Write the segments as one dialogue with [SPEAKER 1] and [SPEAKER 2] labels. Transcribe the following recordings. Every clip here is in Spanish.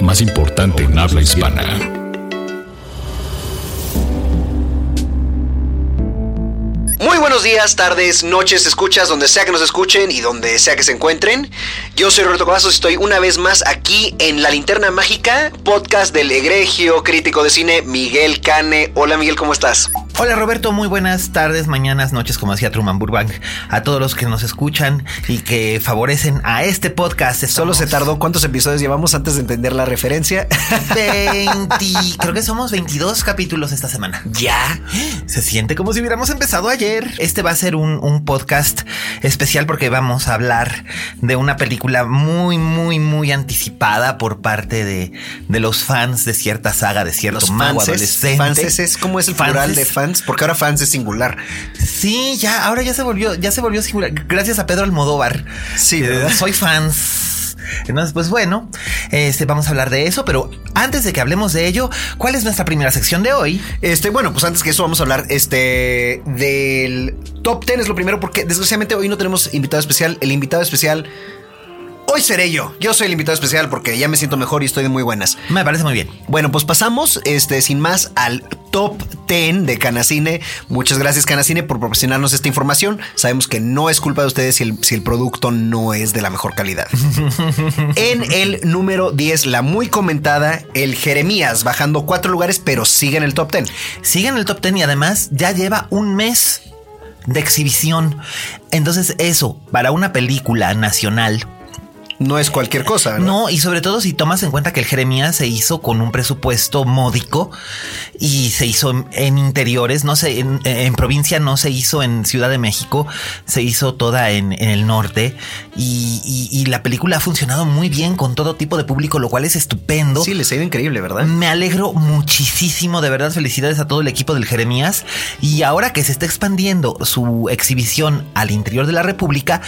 [SPEAKER 1] más importante en habla hispana.
[SPEAKER 2] Muy buenos días, tardes, noches, escuchas, donde sea que nos escuchen y donde sea que se encuentren. Yo soy Roberto Cavazos y estoy una vez más aquí en La Linterna Mágica, podcast del egregio crítico de cine Miguel Cane. Hola Miguel, ¿cómo estás?
[SPEAKER 3] Hola Roberto, muy buenas tardes, mañanas, noches, como decía Truman Burbank. A todos los que nos escuchan y que favorecen a este podcast.
[SPEAKER 4] Solo se tardó cuántos episodios llevamos antes de entender la referencia.
[SPEAKER 3] 20, creo que somos 22 capítulos esta semana.
[SPEAKER 4] Ya.
[SPEAKER 3] Se siente como si hubiéramos empezado ayer. Este va a ser un, un podcast especial porque vamos a hablar de una película muy, muy, muy anticipada por parte de, de los fans de cierta saga, de cierto
[SPEAKER 4] Los
[SPEAKER 3] mango
[SPEAKER 4] fanses.
[SPEAKER 3] adolescente.
[SPEAKER 4] Fanses es como es el plural
[SPEAKER 3] Fanses.
[SPEAKER 4] de fans, porque ahora fans es singular.
[SPEAKER 3] Sí, ya, ahora ya se volvió, ya se volvió singular. Gracias a Pedro Almodóvar.
[SPEAKER 4] Sí,
[SPEAKER 3] Eh,
[SPEAKER 4] ¿verdad?
[SPEAKER 3] soy fans. Entonces, pues bueno, este, vamos a hablar de eso, pero antes de que hablemos de ello, ¿cuál es nuestra primera sección de hoy?
[SPEAKER 4] Este, bueno, pues antes que eso vamos a hablar este del top 10 es lo primero porque desgraciadamente hoy no tenemos invitado especial, el invitado especial Hoy seré yo. Yo soy el invitado especial porque ya me siento mejor y estoy de muy buenas.
[SPEAKER 3] Me parece muy bien.
[SPEAKER 4] Bueno, pues pasamos, este, sin más, al top 10 de Canacine. Muchas gracias, Canacine, por proporcionarnos esta información. Sabemos que no es culpa de ustedes si el, si el producto no es de la mejor calidad. en el número 10, la muy comentada, el Jeremías, bajando cuatro lugares, pero sigue en el top 10.
[SPEAKER 3] Sigue en el top 10 y además ya lleva un mes de exhibición. Entonces, eso, para una película nacional,
[SPEAKER 4] No es cualquier cosa, ¿verdad?
[SPEAKER 3] No, y sobre todo si tomas en cuenta que el Jeremías se hizo con un presupuesto módico y se hizo en, en interiores, no sé, en, en provincia no se hizo en Ciudad de México, se hizo toda en, en el norte y, y- y la película ha funcionado muy bien con todo tipo de público, lo cual es estupendo.
[SPEAKER 4] Sí, les ha ido increíble, ¿verdad?
[SPEAKER 3] Me alegro muchísimo, de verdad, felicidades a todo el equipo del Jeremías. Y ahora que se está expandiendo su exhibición al interior de la República,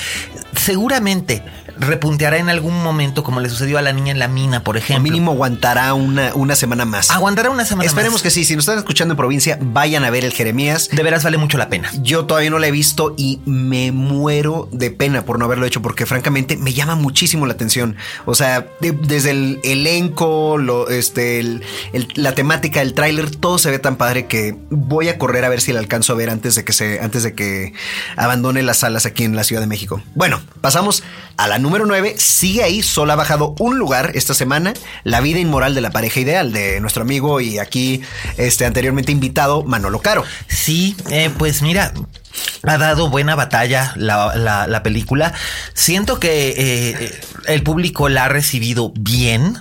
[SPEAKER 3] seguramente repunteará en algún momento, como le sucedió a la niña en la mina, por
[SPEAKER 4] O
[SPEAKER 3] ejemplo.
[SPEAKER 4] mínimo aguantará una, una semana más.
[SPEAKER 3] Aguantará una semana
[SPEAKER 4] Esperemos que sí. Si nos están escuchando en provincia, vayan a ver el Jeremías.
[SPEAKER 3] De veras vale mucho la pena.
[SPEAKER 4] Yo todavía no la he visto y me muero de pena por no haberlo hecho porque francamente me llama muchísimo la atención. O sea, de- desde el elenco, lo, este, el- el- la temática, el tráiler, todo se ve tan padre que voy a correr a ver si la alcanzo a ver antes de que se, antes de que abandone las salas aquí en la Ciudad de México. Bueno, pasamos a la número 9. Sigue ahí, solo ha bajado un lugar esta semana. La vida inmoral de la pareja ideal de nuestro amigo y aquí este anteriormente invitado Manolo Caro.
[SPEAKER 3] Sí, eh, pues mira, ha dado buena batalla la, la- la película. Siento que eh, el público la ha recibido bien.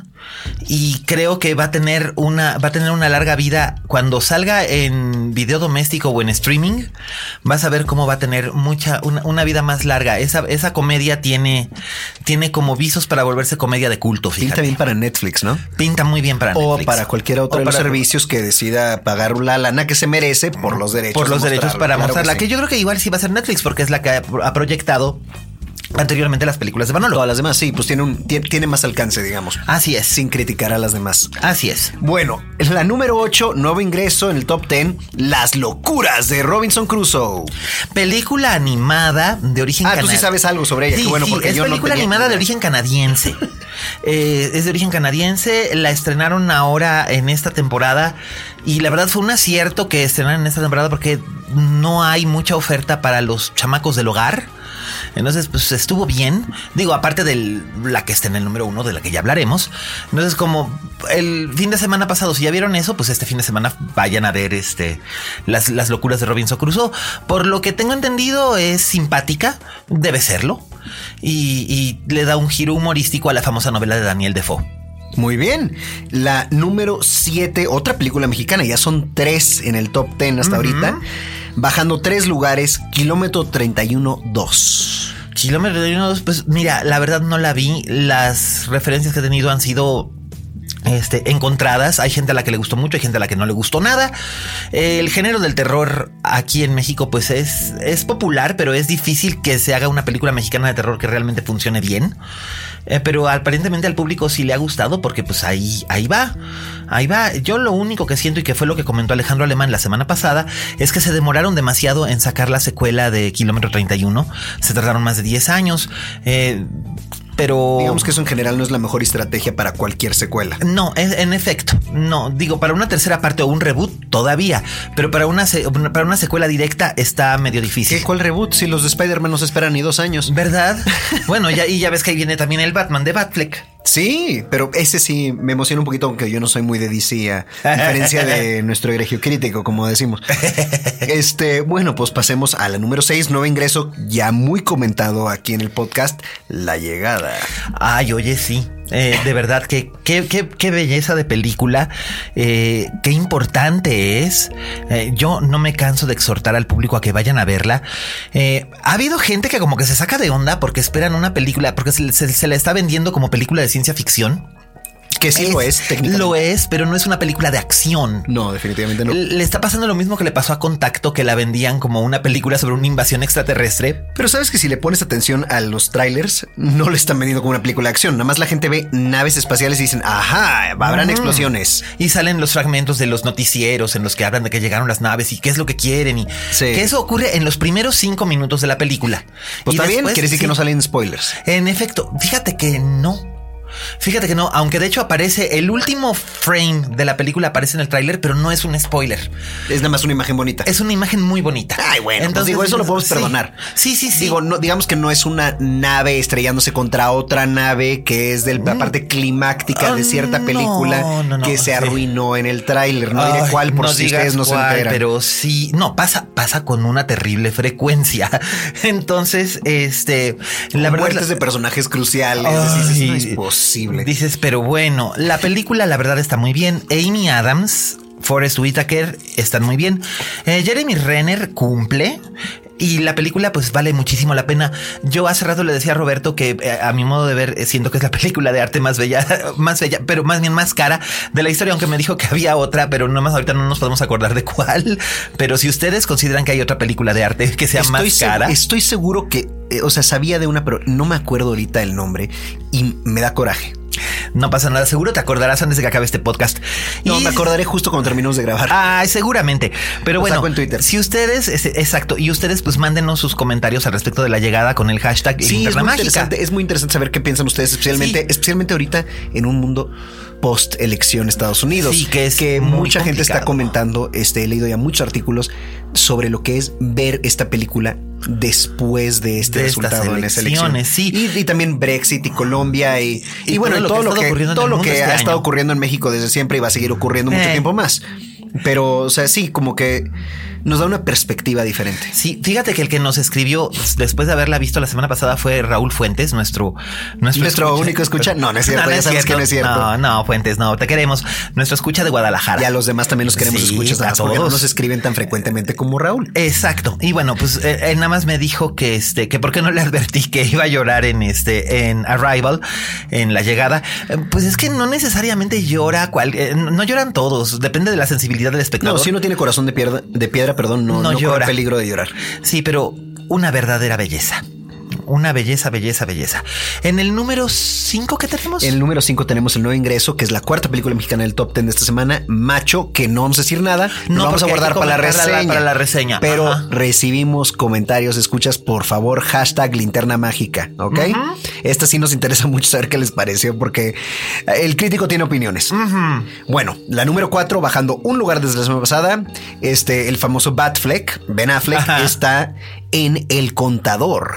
[SPEAKER 3] Y creo que va a tener una, va a tener una larga vida. Cuando salga en video doméstico o en streaming, vas a ver cómo va a tener mucha, una, una vida más larga. Esa, esa comedia tiene, tiene como visos para volverse comedia de culto, fíjate.
[SPEAKER 4] Pinta bien para Netflix, ¿no?
[SPEAKER 3] Pinta muy bien para
[SPEAKER 4] O
[SPEAKER 3] Netflix.
[SPEAKER 4] para cualquier otro
[SPEAKER 3] O
[SPEAKER 4] de los
[SPEAKER 3] para-
[SPEAKER 4] servicios que decida pagar la lana que se merece por los derechos.
[SPEAKER 3] por los
[SPEAKER 4] de
[SPEAKER 3] derechos
[SPEAKER 4] mostrarlo,
[SPEAKER 3] para
[SPEAKER 4] claro que
[SPEAKER 3] mostrarla.
[SPEAKER 4] sí.
[SPEAKER 3] Que yo creo que igual sí va a ser Netflix, porque es la que ha, ha proyectado anteriormente las películas de Manolo.
[SPEAKER 4] Todas las demás, sí, pues tiene, un, tiene, tiene más alcance, digamos.
[SPEAKER 3] Así es.
[SPEAKER 4] Sin criticar a las demás.
[SPEAKER 3] Así es.
[SPEAKER 4] Bueno, la número 8, nuevo ingreso en el top 10, Las locuras de Robinson Crusoe.
[SPEAKER 3] Película animada de origen
[SPEAKER 4] Ah, tú
[SPEAKER 3] cana-
[SPEAKER 4] sí sabes algo sobre ella.
[SPEAKER 3] Sí,
[SPEAKER 4] Qué bueno,
[SPEAKER 3] sí,
[SPEAKER 4] porque
[SPEAKER 3] es
[SPEAKER 4] yo no
[SPEAKER 3] película
[SPEAKER 4] tenía
[SPEAKER 3] animada
[SPEAKER 4] idea.
[SPEAKER 3] de origen canadiense. Eh, es de origen canadiense, la estrenaron ahora en esta temporada y la verdad fue un acierto que estrenaran en esta temporada porque no hay mucha oferta para los chamacos del hogar. Entonces, pues estuvo bien. Digo, aparte de la que está en el número uno, de la que ya hablaremos. Entonces, como el fin de semana pasado, si ya vieron eso, pues este fin de semana vayan a ver este las, las locuras de Robinson Crusoe. Por lo que tengo entendido, es simpática, debe serlo. Y, y le da un giro humorístico a la famosa novela de Daniel Defoe.
[SPEAKER 4] Muy bien. La número 7, otra película mexicana, ya son tres en el top 10 hasta ahorita, bajando tres lugares, kilómetro 31 2.
[SPEAKER 3] Kilómetro de uno, dos, pues mira, la verdad no la vi. Las referencias que he tenido han sido este, encontradas. Hay gente a la que le gustó mucho, hay gente a la que no le gustó nada. El género del terror aquí en México, pues es, es popular, pero es difícil que se haga una película mexicana de terror que realmente funcione bien. Eh, pero aparentemente al público sí le ha gustado porque pues ahí, ahí va. Ahí va. Yo lo único que siento y que fue lo que comentó Alejandro Alemán la semana pasada es que se demoraron demasiado en sacar la secuela de Kilómetro 31. Se tardaron más de 10 años. Eh, pero...
[SPEAKER 4] Digamos que eso en general no es la mejor estrategia para cualquier secuela.
[SPEAKER 3] No, en, en efecto, no. Digo, para una tercera parte o un reboot todavía, pero para una, se- para una secuela directa está medio difícil.
[SPEAKER 4] ¿Qué, ¿Cuál reboot? Si los de Spider-Man no se esperan ni dos años.
[SPEAKER 3] ¿Verdad? bueno, ya, y ya ves que ahí viene también el Batman de Batfleck.
[SPEAKER 4] Sí, pero ese sí me emociona un poquito, aunque yo no soy muy de DC, a diferencia de nuestro egregio crítico, como decimos. Este, bueno, pues pasemos a la número 6, nuevo ingreso, ya muy comentado aquí en el podcast, La Llegada.
[SPEAKER 3] Ay, oye, sí. Eh, de verdad, que qué, qué- qué belleza de película, eh, qué importante es. Eh, yo no me canso de exhortar al público a que vayan a verla. Eh, ha habido gente que como que se saca de onda porque esperan una película, porque se, se- se la está vendiendo como película de ciencia ficción.
[SPEAKER 4] Que sí lo es, técnicamente.
[SPEAKER 3] Lo es, pero no es una película de acción.
[SPEAKER 4] No, definitivamente no.
[SPEAKER 3] Le está pasando lo mismo que le pasó a Contacto, que la vendían como una película sobre una invasión extraterrestre.
[SPEAKER 4] Pero sabes que si le pones atención a los trailers, no le están vendiendo como una película de acción. Nada más la gente ve naves espaciales y dicen, ajá, habrán explosiones.
[SPEAKER 3] Y salen los fragmentos de los noticieros en los que hablan de que llegaron las naves y qué es lo que quieren. Y
[SPEAKER 4] Sí.
[SPEAKER 3] que eso ocurre en los primeros cinco minutos de la película.
[SPEAKER 4] Pues
[SPEAKER 3] Y
[SPEAKER 4] está bien,
[SPEAKER 3] después,
[SPEAKER 4] quiere decir que
[SPEAKER 3] sí.
[SPEAKER 4] no salen spoilers.
[SPEAKER 3] En efecto, fíjate que no. Fíjate que no, aunque de hecho aparece el último frame de la película aparece en el tráiler, pero no es un spoiler.
[SPEAKER 4] Es nada más una imagen bonita.
[SPEAKER 3] Es una imagen muy bonita.
[SPEAKER 4] Ay, bueno, pues digo, eso lo podemos
[SPEAKER 3] sí.
[SPEAKER 4] perdonar.
[SPEAKER 3] Sí, sí, sí.
[SPEAKER 4] Digo, no, digamos que no es una nave estrellándose contra otra nave que es de la parte climáctica
[SPEAKER 3] Mm. Ah,
[SPEAKER 4] de cierta
[SPEAKER 3] no,
[SPEAKER 4] película
[SPEAKER 3] no, no,
[SPEAKER 4] que se
[SPEAKER 3] sí.
[SPEAKER 4] arruinó en el tráiler. No diré
[SPEAKER 3] Ay,
[SPEAKER 4] cuál por si
[SPEAKER 3] digas
[SPEAKER 4] ustedes no
[SPEAKER 3] cuál,
[SPEAKER 4] se enteran.
[SPEAKER 3] Pero sí, no, pasa, pasa con una terrible frecuencia. Entonces, este, la verdad.
[SPEAKER 4] Muertes de personajes cruciales.
[SPEAKER 3] Ay,
[SPEAKER 4] dices, no es posible.
[SPEAKER 3] Dices, pero bueno, la película la verdad está muy bien. Amy Adams, Forrest Whitaker están muy bien. Eh, Jeremy Renner cumple. Y la película pues vale muchísimo la pena. Yo hace rato le decía a Roberto que eh, a mi modo de ver eh, siento que es la película de arte más bella, más bella, pero más bien más cara de la historia, aunque me dijo que había otra, pero nomás ahorita no nos podemos acordar de cuál. Pero si ustedes consideran que hay otra película de arte que sea más
[SPEAKER 4] segu-
[SPEAKER 3] cara.
[SPEAKER 4] estoy seguro que, eh, o sea, sabía de una, pero no me acuerdo ahorita el nombre y me da coraje.
[SPEAKER 3] No pasa nada, seguro te acordarás antes de que acabe este podcast.
[SPEAKER 4] No,
[SPEAKER 3] Y-
[SPEAKER 4] me acordaré justo cuando terminemos de grabar.
[SPEAKER 3] Ay, Ah, seguramente. Pero
[SPEAKER 4] Lo
[SPEAKER 3] bueno,
[SPEAKER 4] saco en Twitter.
[SPEAKER 3] si ustedes, este, exacto, y ustedes pues mándenos sus comentarios al respecto de la llegada con el hashtag
[SPEAKER 4] Sí, es
[SPEAKER 3] Linterna
[SPEAKER 4] muy,
[SPEAKER 3] Mágica.
[SPEAKER 4] interesante, es muy interesante saber qué piensan ustedes, especialmente,
[SPEAKER 3] Sí.
[SPEAKER 4] especialmente ahorita en un mundo post elección Estados Unidos.
[SPEAKER 3] Sí, que es muy
[SPEAKER 4] mucha gente está
[SPEAKER 3] complicado.
[SPEAKER 4] comentando, este, he leído ya muchos artículos sobre lo que es ver esta película después de este
[SPEAKER 3] De estas
[SPEAKER 4] resultado en esa elección.
[SPEAKER 3] elecciones, sí.
[SPEAKER 4] Y, y también Brexit y Colombia y,
[SPEAKER 3] Y
[SPEAKER 4] y bueno,
[SPEAKER 3] todo
[SPEAKER 4] y
[SPEAKER 3] lo
[SPEAKER 4] todo lo
[SPEAKER 3] que ha estado
[SPEAKER 4] que,
[SPEAKER 3] ocurriendo en
[SPEAKER 4] todo
[SPEAKER 3] el
[SPEAKER 4] lo
[SPEAKER 3] mundo
[SPEAKER 4] que
[SPEAKER 3] este
[SPEAKER 4] ha estado
[SPEAKER 3] año.
[SPEAKER 4] ocurriendo en México desde siempre y va a seguir ocurriendo mucho
[SPEAKER 3] Eh.
[SPEAKER 4] tiempo más. Pero, o sea, sí, como que nos da una perspectiva diferente.
[SPEAKER 3] Sí, fíjate que el que nos escribió pues, después de haberla visto la semana pasada fue Raúl Fuentes, nuestro nuestro,
[SPEAKER 4] Nuestro único escucha. No, no es cierto, ya sabes que no es cierto.
[SPEAKER 3] No, no, Fuentes, no, te queremos. Nuestro escucha de Guadalajara.
[SPEAKER 4] Y a los demás también los queremos
[SPEAKER 3] Sí,
[SPEAKER 4] escuchar.
[SPEAKER 3] a
[SPEAKER 4] nada más porque no
[SPEAKER 3] todos.
[SPEAKER 4] nos escriben tan frecuentemente como Raúl.
[SPEAKER 3] Exacto. Y bueno, pues eh, él nada más me dijo que este, que por qué no le advertí que iba a llorar en este, en Arrival, en la llegada. Eh, Pues es que no necesariamente llora cual, eh, no lloran todos, depende de la sensibilidad del espectador.
[SPEAKER 4] No, si uno tiene corazón de piedra, de piedra perdón, no,
[SPEAKER 3] No
[SPEAKER 4] no,
[SPEAKER 3] llora.
[SPEAKER 4] corre peligro de llorar.
[SPEAKER 3] Sí, pero una verdadera belleza. Una belleza, belleza, belleza. En el número 5 que tenemos.
[SPEAKER 4] En el número 5 tenemos el nuevo ingreso, que es la cuarta película mexicana del top 10 de esta semana, Macho, que no vamos a decir nada,
[SPEAKER 3] No,
[SPEAKER 4] no, vamos a
[SPEAKER 3] porque hay
[SPEAKER 4] guardar
[SPEAKER 3] que
[SPEAKER 4] para la
[SPEAKER 3] comentarla
[SPEAKER 4] reseña.
[SPEAKER 3] para la reseña,
[SPEAKER 4] Pero
[SPEAKER 3] ajá.
[SPEAKER 4] recibimos comentarios, escuchas, por favor, hashtag linterna mágica, ¿ok? Esta sí nos interesa mucho saber qué les pareció, porque el crítico tiene opiniones. Bueno, la número 4, bajando un lugar desde la semana pasada, este, el famoso Batfleck, Ben Affleck,
[SPEAKER 3] Ajá.
[SPEAKER 4] está en El Contador.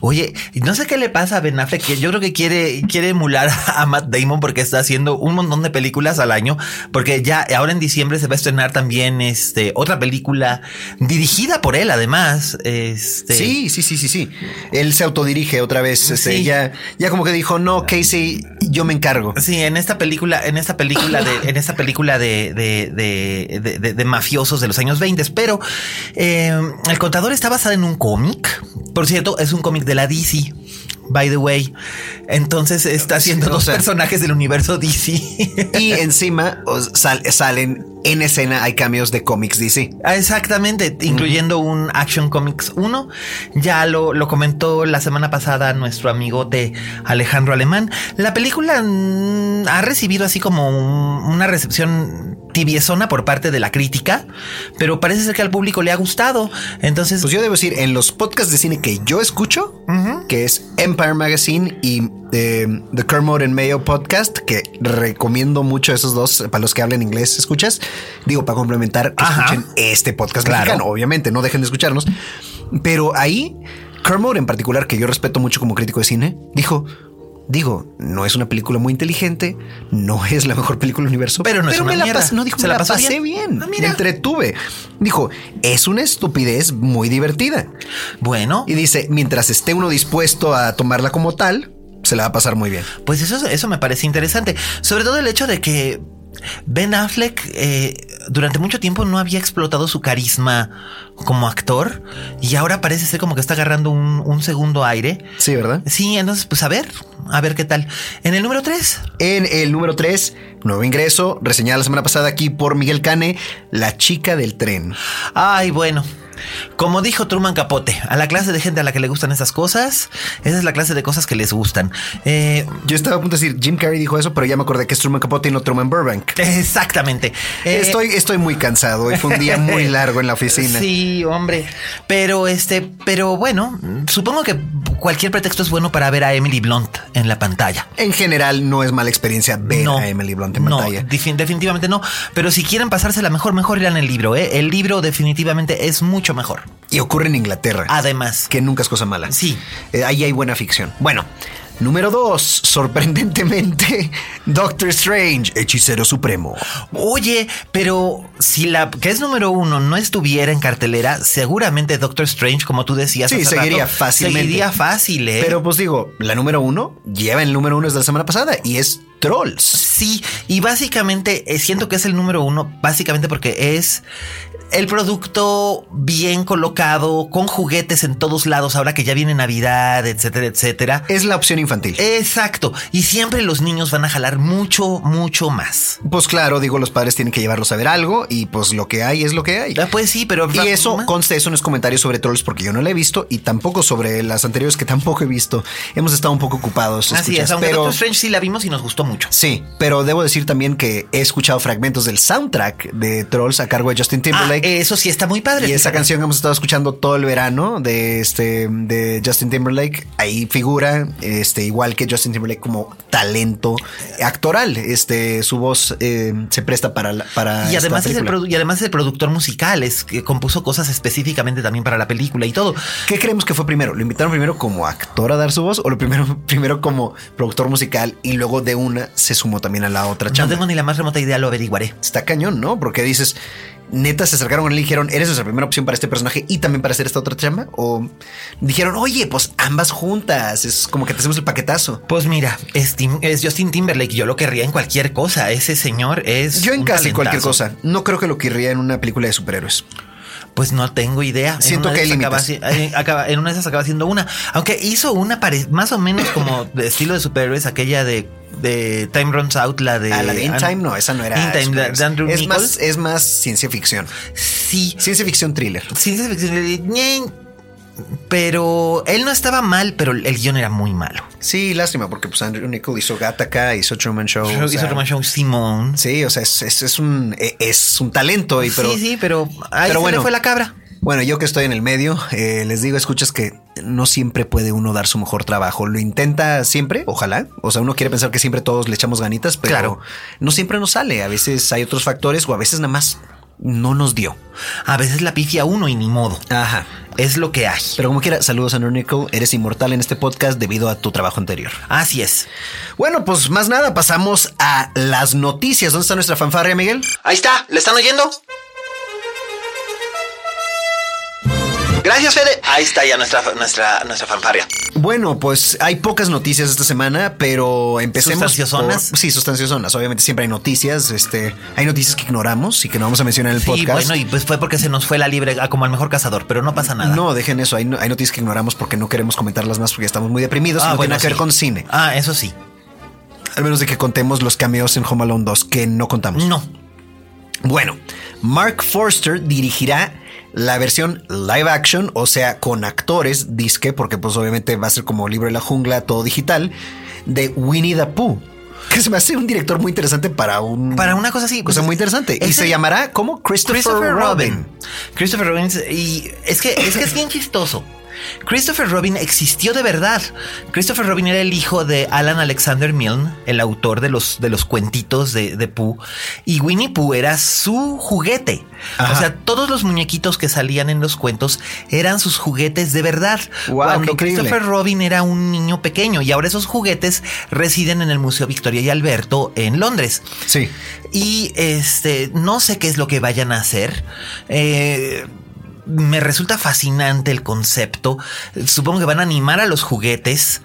[SPEAKER 3] Oye, no sé qué le pasa a Ben Affleck, que yo creo que quiere, quiere emular a Matt Damon porque está haciendo un montón de películas al año, porque ya ahora en diciembre se va a estrenar también este, otra película dirigida por él, además. Este,
[SPEAKER 4] Sí, sí, sí, sí, sí. Él se autodirige otra vez. este,
[SPEAKER 3] Sí.
[SPEAKER 4] ya, ya como que dijo, no, Casey, yo me encargo.
[SPEAKER 3] Sí, en esta película, en esta película de, en esta película de, de, de, de- de- de mafiosos de los años 20, pero eh, el contador está basada en un cómic. Por cierto, es un cómic de la DC. By the way, entonces está haciendo
[SPEAKER 4] O
[SPEAKER 3] dos
[SPEAKER 4] sea-
[SPEAKER 3] personajes del universo DC.
[SPEAKER 4] Y encima o sal- salen en escena, hay cambios de cómics DC.
[SPEAKER 3] Ah, Exactamente, incluyendo un Action Comics 1. Ya lo, lo comentó la semana pasada nuestro amigote Alejandro Alemán. La película mm, ha recibido así como un- una recepción tibiezona por parte de la crítica, pero parece ser que al público le ha gustado. Entonces,
[SPEAKER 4] Pues yo debo decir, en los podcasts de cine que yo escucho, que es Empire Magazine y eh, The Kermode and Mayo Podcast, que recomiendo mucho esos dos para los que hablan inglés, escuchas, digo, para complementar, que
[SPEAKER 3] Ajá.
[SPEAKER 4] escuchen este podcast
[SPEAKER 3] Claro.
[SPEAKER 4] mexicano, obviamente, no dejen de escucharnos. Pero ahí, Kermode en particular, que yo respeto mucho como crítico de cine, dijo... Digo, no es una película muy inteligente, no es la mejor película del universo,
[SPEAKER 3] Pero no es una
[SPEAKER 4] me la
[SPEAKER 3] mierda.
[SPEAKER 4] pas- no dijo,
[SPEAKER 3] Se
[SPEAKER 4] me
[SPEAKER 3] la
[SPEAKER 4] la,
[SPEAKER 3] pasó
[SPEAKER 4] pasé
[SPEAKER 3] bien.
[SPEAKER 4] bien,
[SPEAKER 3] Ah,
[SPEAKER 4] me
[SPEAKER 3] mira.
[SPEAKER 4] entretuve. Dijo, es una estupidez muy divertida.
[SPEAKER 3] bueno,
[SPEAKER 4] Y dice, mientras esté uno dispuesto a tomarla como tal, se la va a pasar muy bien.
[SPEAKER 3] pues eso, eso me parece interesante. Sobre todo el hecho de que Ben Affleck eh, durante mucho tiempo no había explotado su carisma como actor y ahora parece ser como que está agarrando un, un segundo aire.
[SPEAKER 4] Sí, ¿verdad?
[SPEAKER 3] Sí, entonces, pues a ver, a ver qué tal. En el número 3,
[SPEAKER 4] En el número 3, nuevo ingreso, reseñada la semana pasada aquí por Miguel Cane, La chica del tren.
[SPEAKER 3] ay, bueno. Como dijo Truman Capote, a la clase de gente a la que le gustan esas cosas, esa es la clase de cosas que les gustan. Eh,
[SPEAKER 4] Yo estaba a punto de decir, Jim Carrey dijo eso, pero ya me acordé que es Truman Capote y no Truman Burbank.
[SPEAKER 3] exactamente. Eh,
[SPEAKER 4] Estoy, estoy muy cansado. Hoy fue un día muy largo en la oficina.
[SPEAKER 3] Sí, hombre. Pero este, pero bueno, supongo que cualquier pretexto es bueno para ver a Emily Blunt en la pantalla.
[SPEAKER 4] En general, no es mala experiencia ver a Emily Blunt en
[SPEAKER 3] no,
[SPEAKER 4] pantalla.
[SPEAKER 3] defi- definitivamente no. Pero si quieren pasársela mejor, mejor irán el libro. ¿eh? El libro definitivamente es mucho mejor.
[SPEAKER 4] Y ocurre en Inglaterra.
[SPEAKER 3] Además.
[SPEAKER 4] Que nunca es cosa mala.
[SPEAKER 3] Sí.
[SPEAKER 4] Eh, ahí hay buena ficción. Bueno, número dos, sorprendentemente, Doctor Strange, hechicero supremo.
[SPEAKER 3] Oye, pero si la que es número uno no estuviera en cartelera, seguramente Doctor Strange, como tú decías,
[SPEAKER 4] Sí,
[SPEAKER 3] hace
[SPEAKER 4] seguiría
[SPEAKER 3] rato,
[SPEAKER 4] fácilmente.
[SPEAKER 3] Seguiría fácil, ¿eh?
[SPEAKER 4] Pero pues digo, la número uno lleva el número uno desde la semana pasada y es Trolls.
[SPEAKER 3] sí, y básicamente eh, siento que es el número uno, básicamente porque es el producto bien colocado, con juguetes en todos lados, ahora que ya viene Navidad, etcétera, etcétera.
[SPEAKER 4] Es la opción infantil.
[SPEAKER 3] Exacto, y siempre los niños van a jalar mucho, mucho más.
[SPEAKER 4] Pues claro, digo, los padres tienen que llevarlos a ver algo y pues lo que hay es lo que hay.
[SPEAKER 3] Ah, Pues sí, pero
[SPEAKER 4] Y eso
[SPEAKER 3] Ma-
[SPEAKER 4] conste, eso no es comentario sobre Trolls porque yo no la he visto y tampoco sobre las anteriores que tampoco he visto. Hemos estado un poco ocupados.
[SPEAKER 3] Así
[SPEAKER 4] escuchas,
[SPEAKER 3] es, aunque
[SPEAKER 4] pero
[SPEAKER 3] Doctor Strange sí la vimos y nos gustó mucho.
[SPEAKER 4] Sí, pero debo decir también que he escuchado fragmentos del soundtrack de Trolls a cargo de Justin
[SPEAKER 3] Ah,
[SPEAKER 4] Timberlake.
[SPEAKER 3] eso sí está muy padre.
[SPEAKER 4] y esa
[SPEAKER 3] fíjate.
[SPEAKER 4] canción que hemos estado escuchando todo el verano de este de Justin Timberlake, ahí figura este igual que Justin Timberlake como talento actoral, este su voz eh, se presta para la- para
[SPEAKER 3] Y además,
[SPEAKER 4] ah, esta
[SPEAKER 3] es el
[SPEAKER 4] película.
[SPEAKER 3] produ- y además es el productor musical, es que compuso cosas específicamente también para la película y todo.
[SPEAKER 4] ¿Qué creemos que fue primero? ¿Lo invitaron primero como actor a dar su voz o lo primero primero como productor musical y luego de una se sumó también a la otra
[SPEAKER 3] No
[SPEAKER 4] chamba?
[SPEAKER 3] tengo ni la más remota idea, lo averiguaré.
[SPEAKER 4] Está cañón, ¿no? Porque dices, neta, se acercaron a él y dijeron, eres nuestra primera opción para este personaje y también para hacer esta otra chamba. O dijeron, oye, pues ambas juntas. Es como que te hacemos el paquetazo.
[SPEAKER 3] Pues mira, es, Tim- es Justin Timberlake, yo lo querría en cualquier cosa, ese señor es...
[SPEAKER 4] Yo en
[SPEAKER 3] un
[SPEAKER 4] casi cualquier
[SPEAKER 3] talentazo.
[SPEAKER 4] cosa. No creo que lo querría en una película de superhéroes.
[SPEAKER 3] Pues no tengo idea. En
[SPEAKER 4] Siento
[SPEAKER 3] una
[SPEAKER 4] que
[SPEAKER 3] de
[SPEAKER 4] hay
[SPEAKER 3] esas acaba
[SPEAKER 4] límites.
[SPEAKER 3] haci- eh, acaba- En una de esas acaba haciendo una. Aunque hizo una pare- más o menos como de estilo de superhéroes, aquella de, de Time Runs Out, la de...
[SPEAKER 4] A la de In
[SPEAKER 3] Eh, An-
[SPEAKER 4] Time, no, esa no era.
[SPEAKER 3] In Time, de-
[SPEAKER 4] superhéroes.
[SPEAKER 3] de Andrew
[SPEAKER 4] es,
[SPEAKER 3] Nichols.
[SPEAKER 4] más, es más ciencia ficción.
[SPEAKER 3] Sí,
[SPEAKER 4] Ciencia ficción thriller.
[SPEAKER 3] ciencia ficción. eh, ñe, Pero él no estaba mal, pero el guión era muy malo.
[SPEAKER 4] Sí, lástima, porque pues Andrew Nichols hizo Gattaca, hizo Truman Show. Oh, o
[SPEAKER 3] hizo
[SPEAKER 4] sea,
[SPEAKER 3] Truman Show Simón.
[SPEAKER 4] Sí, o sea, es, es- es un, e, es un talento. Y, pero,
[SPEAKER 3] sí, sí, pero ahí
[SPEAKER 4] pero
[SPEAKER 3] se
[SPEAKER 4] bueno.
[SPEAKER 3] le fue la cabra.
[SPEAKER 4] Bueno, yo que estoy en el medio, eh, les digo, escuchas que no siempre puede uno dar su mejor trabajo. Lo intenta siempre, ojalá. O sea, uno quiere pensar que siempre todos le echamos ganitas, pero
[SPEAKER 3] Claro.
[SPEAKER 4] no siempre nos sale. A veces hay otros factores o a veces nada más no nos dio.
[SPEAKER 3] A veces la pifia uno y ni modo.
[SPEAKER 4] Ajá.
[SPEAKER 3] Es lo que hay.
[SPEAKER 4] Pero como quiera, saludos a Nico, eres inmortal en este podcast debido a tu trabajo anterior.
[SPEAKER 3] Así es.
[SPEAKER 4] Bueno, pues más nada, pasamos a las noticias. ¿Dónde está nuestra fanfarria, Miguel?
[SPEAKER 2] Ahí está, ¿le están oyendo? Gracias, Fede. Ahí está ya nuestra, nuestra, nuestra fanfarria.
[SPEAKER 4] Bueno, pues hay pocas noticias esta semana, pero empecemos.
[SPEAKER 3] ¿Sustanciosonas?
[SPEAKER 4] por- sí, sustanciosonas. Obviamente siempre hay noticias. Este, hay noticias que ignoramos y que no vamos a mencionar en el
[SPEAKER 3] Sí,
[SPEAKER 4] podcast.
[SPEAKER 3] bueno, y pues fue porque se nos fue la libre ah, como el mejor cazador, pero no pasa nada.
[SPEAKER 4] No, dejen eso. Hay, no- hay noticias que ignoramos porque no queremos comentarlas más porque estamos muy deprimidos. y no tiene nada que ver
[SPEAKER 3] Ah, sí.
[SPEAKER 4] con cine.
[SPEAKER 3] Ah, eso sí.
[SPEAKER 4] Al menos de que contemos los cameos en Home Alone 2, que no contamos.
[SPEAKER 3] No.
[SPEAKER 4] Bueno, Mark Forster dirigirá la versión live action, o sea, con actores, disque, porque pues obviamente va a ser como Libro de la Jungla, todo digital, de Winnie the Pooh. Que se me hace un director muy interesante para un...
[SPEAKER 3] Para una cosa así. pues,
[SPEAKER 4] Cosa muy interesante. Y
[SPEAKER 3] es
[SPEAKER 4] se
[SPEAKER 3] el-
[SPEAKER 4] llamará como Christopher, Robin.
[SPEAKER 3] Christopher Robin. Y es que, es que es bien chistoso. Christopher Robin existió de verdad. Christopher Robin era el hijo de Alan Alexander Milne, el autor de los, de los cuentitos de, de Pooh. Y Winnie Pooh era su juguete.
[SPEAKER 4] Ajá.
[SPEAKER 3] O sea, todos los muñequitos que salían en los cuentos eran sus juguetes de verdad.
[SPEAKER 4] Guau, qué
[SPEAKER 3] Cuando
[SPEAKER 4] increíble.
[SPEAKER 3] Christopher Robin era un niño pequeño y ahora esos juguetes residen en el Museo Victoria y Alberto en Londres.
[SPEAKER 4] Sí.
[SPEAKER 3] Y este, no sé qué es lo que vayan a hacer. Eh, me resulta fascinante el concepto. Supongo que van a animar a los juguetes.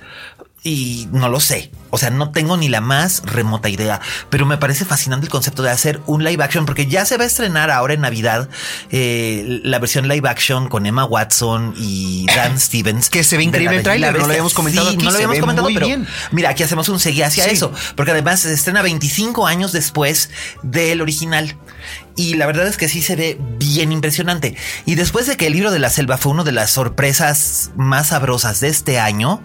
[SPEAKER 3] Y no lo sé. O sea, no tengo ni la más remota idea. Pero me parece fascinante el concepto de hacer un live action. Porque ya se va a estrenar ahora en Navidad eh, la versión live action con Emma Watson y Dan Stevens.
[SPEAKER 4] Que se ve
[SPEAKER 3] de La
[SPEAKER 4] increíble el
[SPEAKER 3] Bella y la
[SPEAKER 4] tráiler, no lo
[SPEAKER 3] Bestia.
[SPEAKER 4] habíamos comentado
[SPEAKER 3] Sí,
[SPEAKER 4] aquí,
[SPEAKER 3] No lo
[SPEAKER 4] se
[SPEAKER 3] habíamos
[SPEAKER 4] ve
[SPEAKER 3] comentado,
[SPEAKER 4] muy
[SPEAKER 3] pero
[SPEAKER 4] bien.
[SPEAKER 3] Mira, aquí hacemos un seguí hacia
[SPEAKER 4] Sí.
[SPEAKER 3] eso, porque además se estrena 25 años después del original. Y la verdad es que sí se ve bien impresionante. Y después de que el libro de la selva fue una de las sorpresas más sabrosas de este año,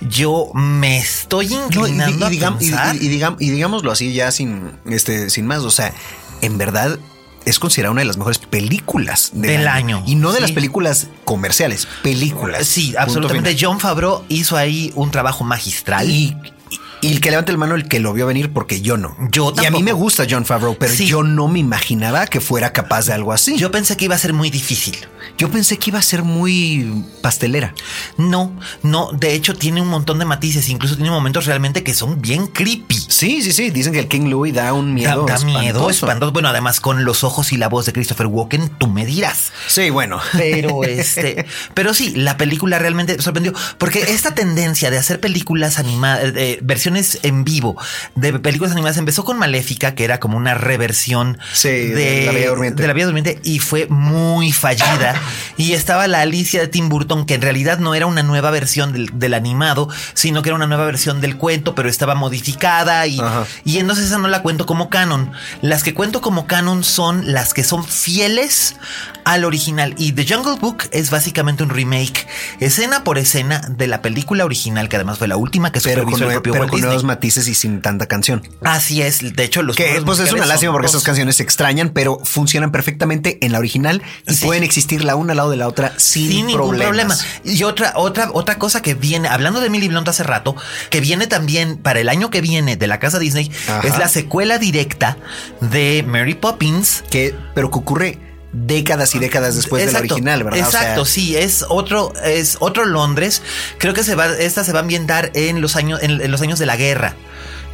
[SPEAKER 3] yo me estoy
[SPEAKER 4] No, y,
[SPEAKER 3] inclinando
[SPEAKER 4] y digam-
[SPEAKER 3] a
[SPEAKER 4] y-
[SPEAKER 3] pensar.
[SPEAKER 4] y- y digam- y digámoslo así ya sin, este, sin más, o sea, en verdad es considerada una de las mejores películas del,
[SPEAKER 3] Del año,
[SPEAKER 4] Y no de las
[SPEAKER 3] sí.
[SPEAKER 4] películas comerciales, películas.
[SPEAKER 3] sí,
[SPEAKER 4] Punto
[SPEAKER 3] absolutamente.
[SPEAKER 4] final.
[SPEAKER 3] John Favreau hizo ahí un trabajo magistral.
[SPEAKER 4] Y, y el que levante la mano el que lo vio venir porque yo no.
[SPEAKER 3] Yo
[SPEAKER 4] y a mí
[SPEAKER 3] tampoco.
[SPEAKER 4] me gusta John Favreau, pero
[SPEAKER 3] Sí.
[SPEAKER 4] yo no me imaginaba que fuera capaz de algo así.
[SPEAKER 3] yo pensé que iba a ser muy difícil.
[SPEAKER 4] yo pensé que iba a ser muy pastelera.
[SPEAKER 3] No, no, de hecho tiene un montón de matices, incluso tiene momentos realmente que son bien creepy.
[SPEAKER 4] Sí, sí, sí. Dicen que el King Louis da un
[SPEAKER 3] Da-
[SPEAKER 4] miedo.
[SPEAKER 3] da, miedo,
[SPEAKER 4] espantoso.
[SPEAKER 3] espantoso. Bueno, además con los ojos y la voz de Christopher Walken, tú me dirás.
[SPEAKER 4] Sí, bueno.
[SPEAKER 3] Pero este, pero sí, la película realmente sorprendió porque esta tendencia de hacer películas animadas, versiones en vivo de películas animadas empezó con Maléfica, que era como una reversión
[SPEAKER 4] Sí, de La Bella Durmiente.
[SPEAKER 3] de La Bella Durmiente y fue muy fallida. y estaba la Alicia de Tim Burton, que en realidad no era una nueva versión del, del animado, sino que era una nueva versión del cuento, pero estaba modificada y
[SPEAKER 4] Ajá.
[SPEAKER 3] y entonces esa no la cuento como canon. Las que cuento como canon son las que son fieles al original. Y The Jungle Book es básicamente un remake, escena por escena, de la película original, que además fue la última que
[SPEAKER 4] Pero con,
[SPEAKER 3] supervisó el
[SPEAKER 4] nue-
[SPEAKER 3] propio
[SPEAKER 4] pero
[SPEAKER 3] Walt
[SPEAKER 4] con
[SPEAKER 3] Disney.
[SPEAKER 4] nuevos matices y sin tanta canción.
[SPEAKER 3] Así es, de hecho los
[SPEAKER 4] Que
[SPEAKER 3] números
[SPEAKER 4] pues es
[SPEAKER 3] musicales
[SPEAKER 4] una
[SPEAKER 3] son
[SPEAKER 4] lástima porque estas
[SPEAKER 3] dos.
[SPEAKER 4] canciones se extrañan, pero funcionan perfectamente en la original y
[SPEAKER 3] Sí.
[SPEAKER 4] pueden existir la una al lado de la otra sin,
[SPEAKER 3] sin ningún problema.
[SPEAKER 4] problemas.
[SPEAKER 3] Y otra, otra, otra cosa que viene, hablando de Emily Blunt hace rato, que viene también para el año que viene de la casa Disney,
[SPEAKER 4] Ajá.
[SPEAKER 3] es la secuela directa de Mary Poppins.
[SPEAKER 4] Que, pero que ocurre décadas y décadas después de la original, ¿verdad? O sea,
[SPEAKER 3] Exacto, sí, es otro, es otro Londres. Creo que se va, esta se va a ambientar en los años, en, en los años de la guerra,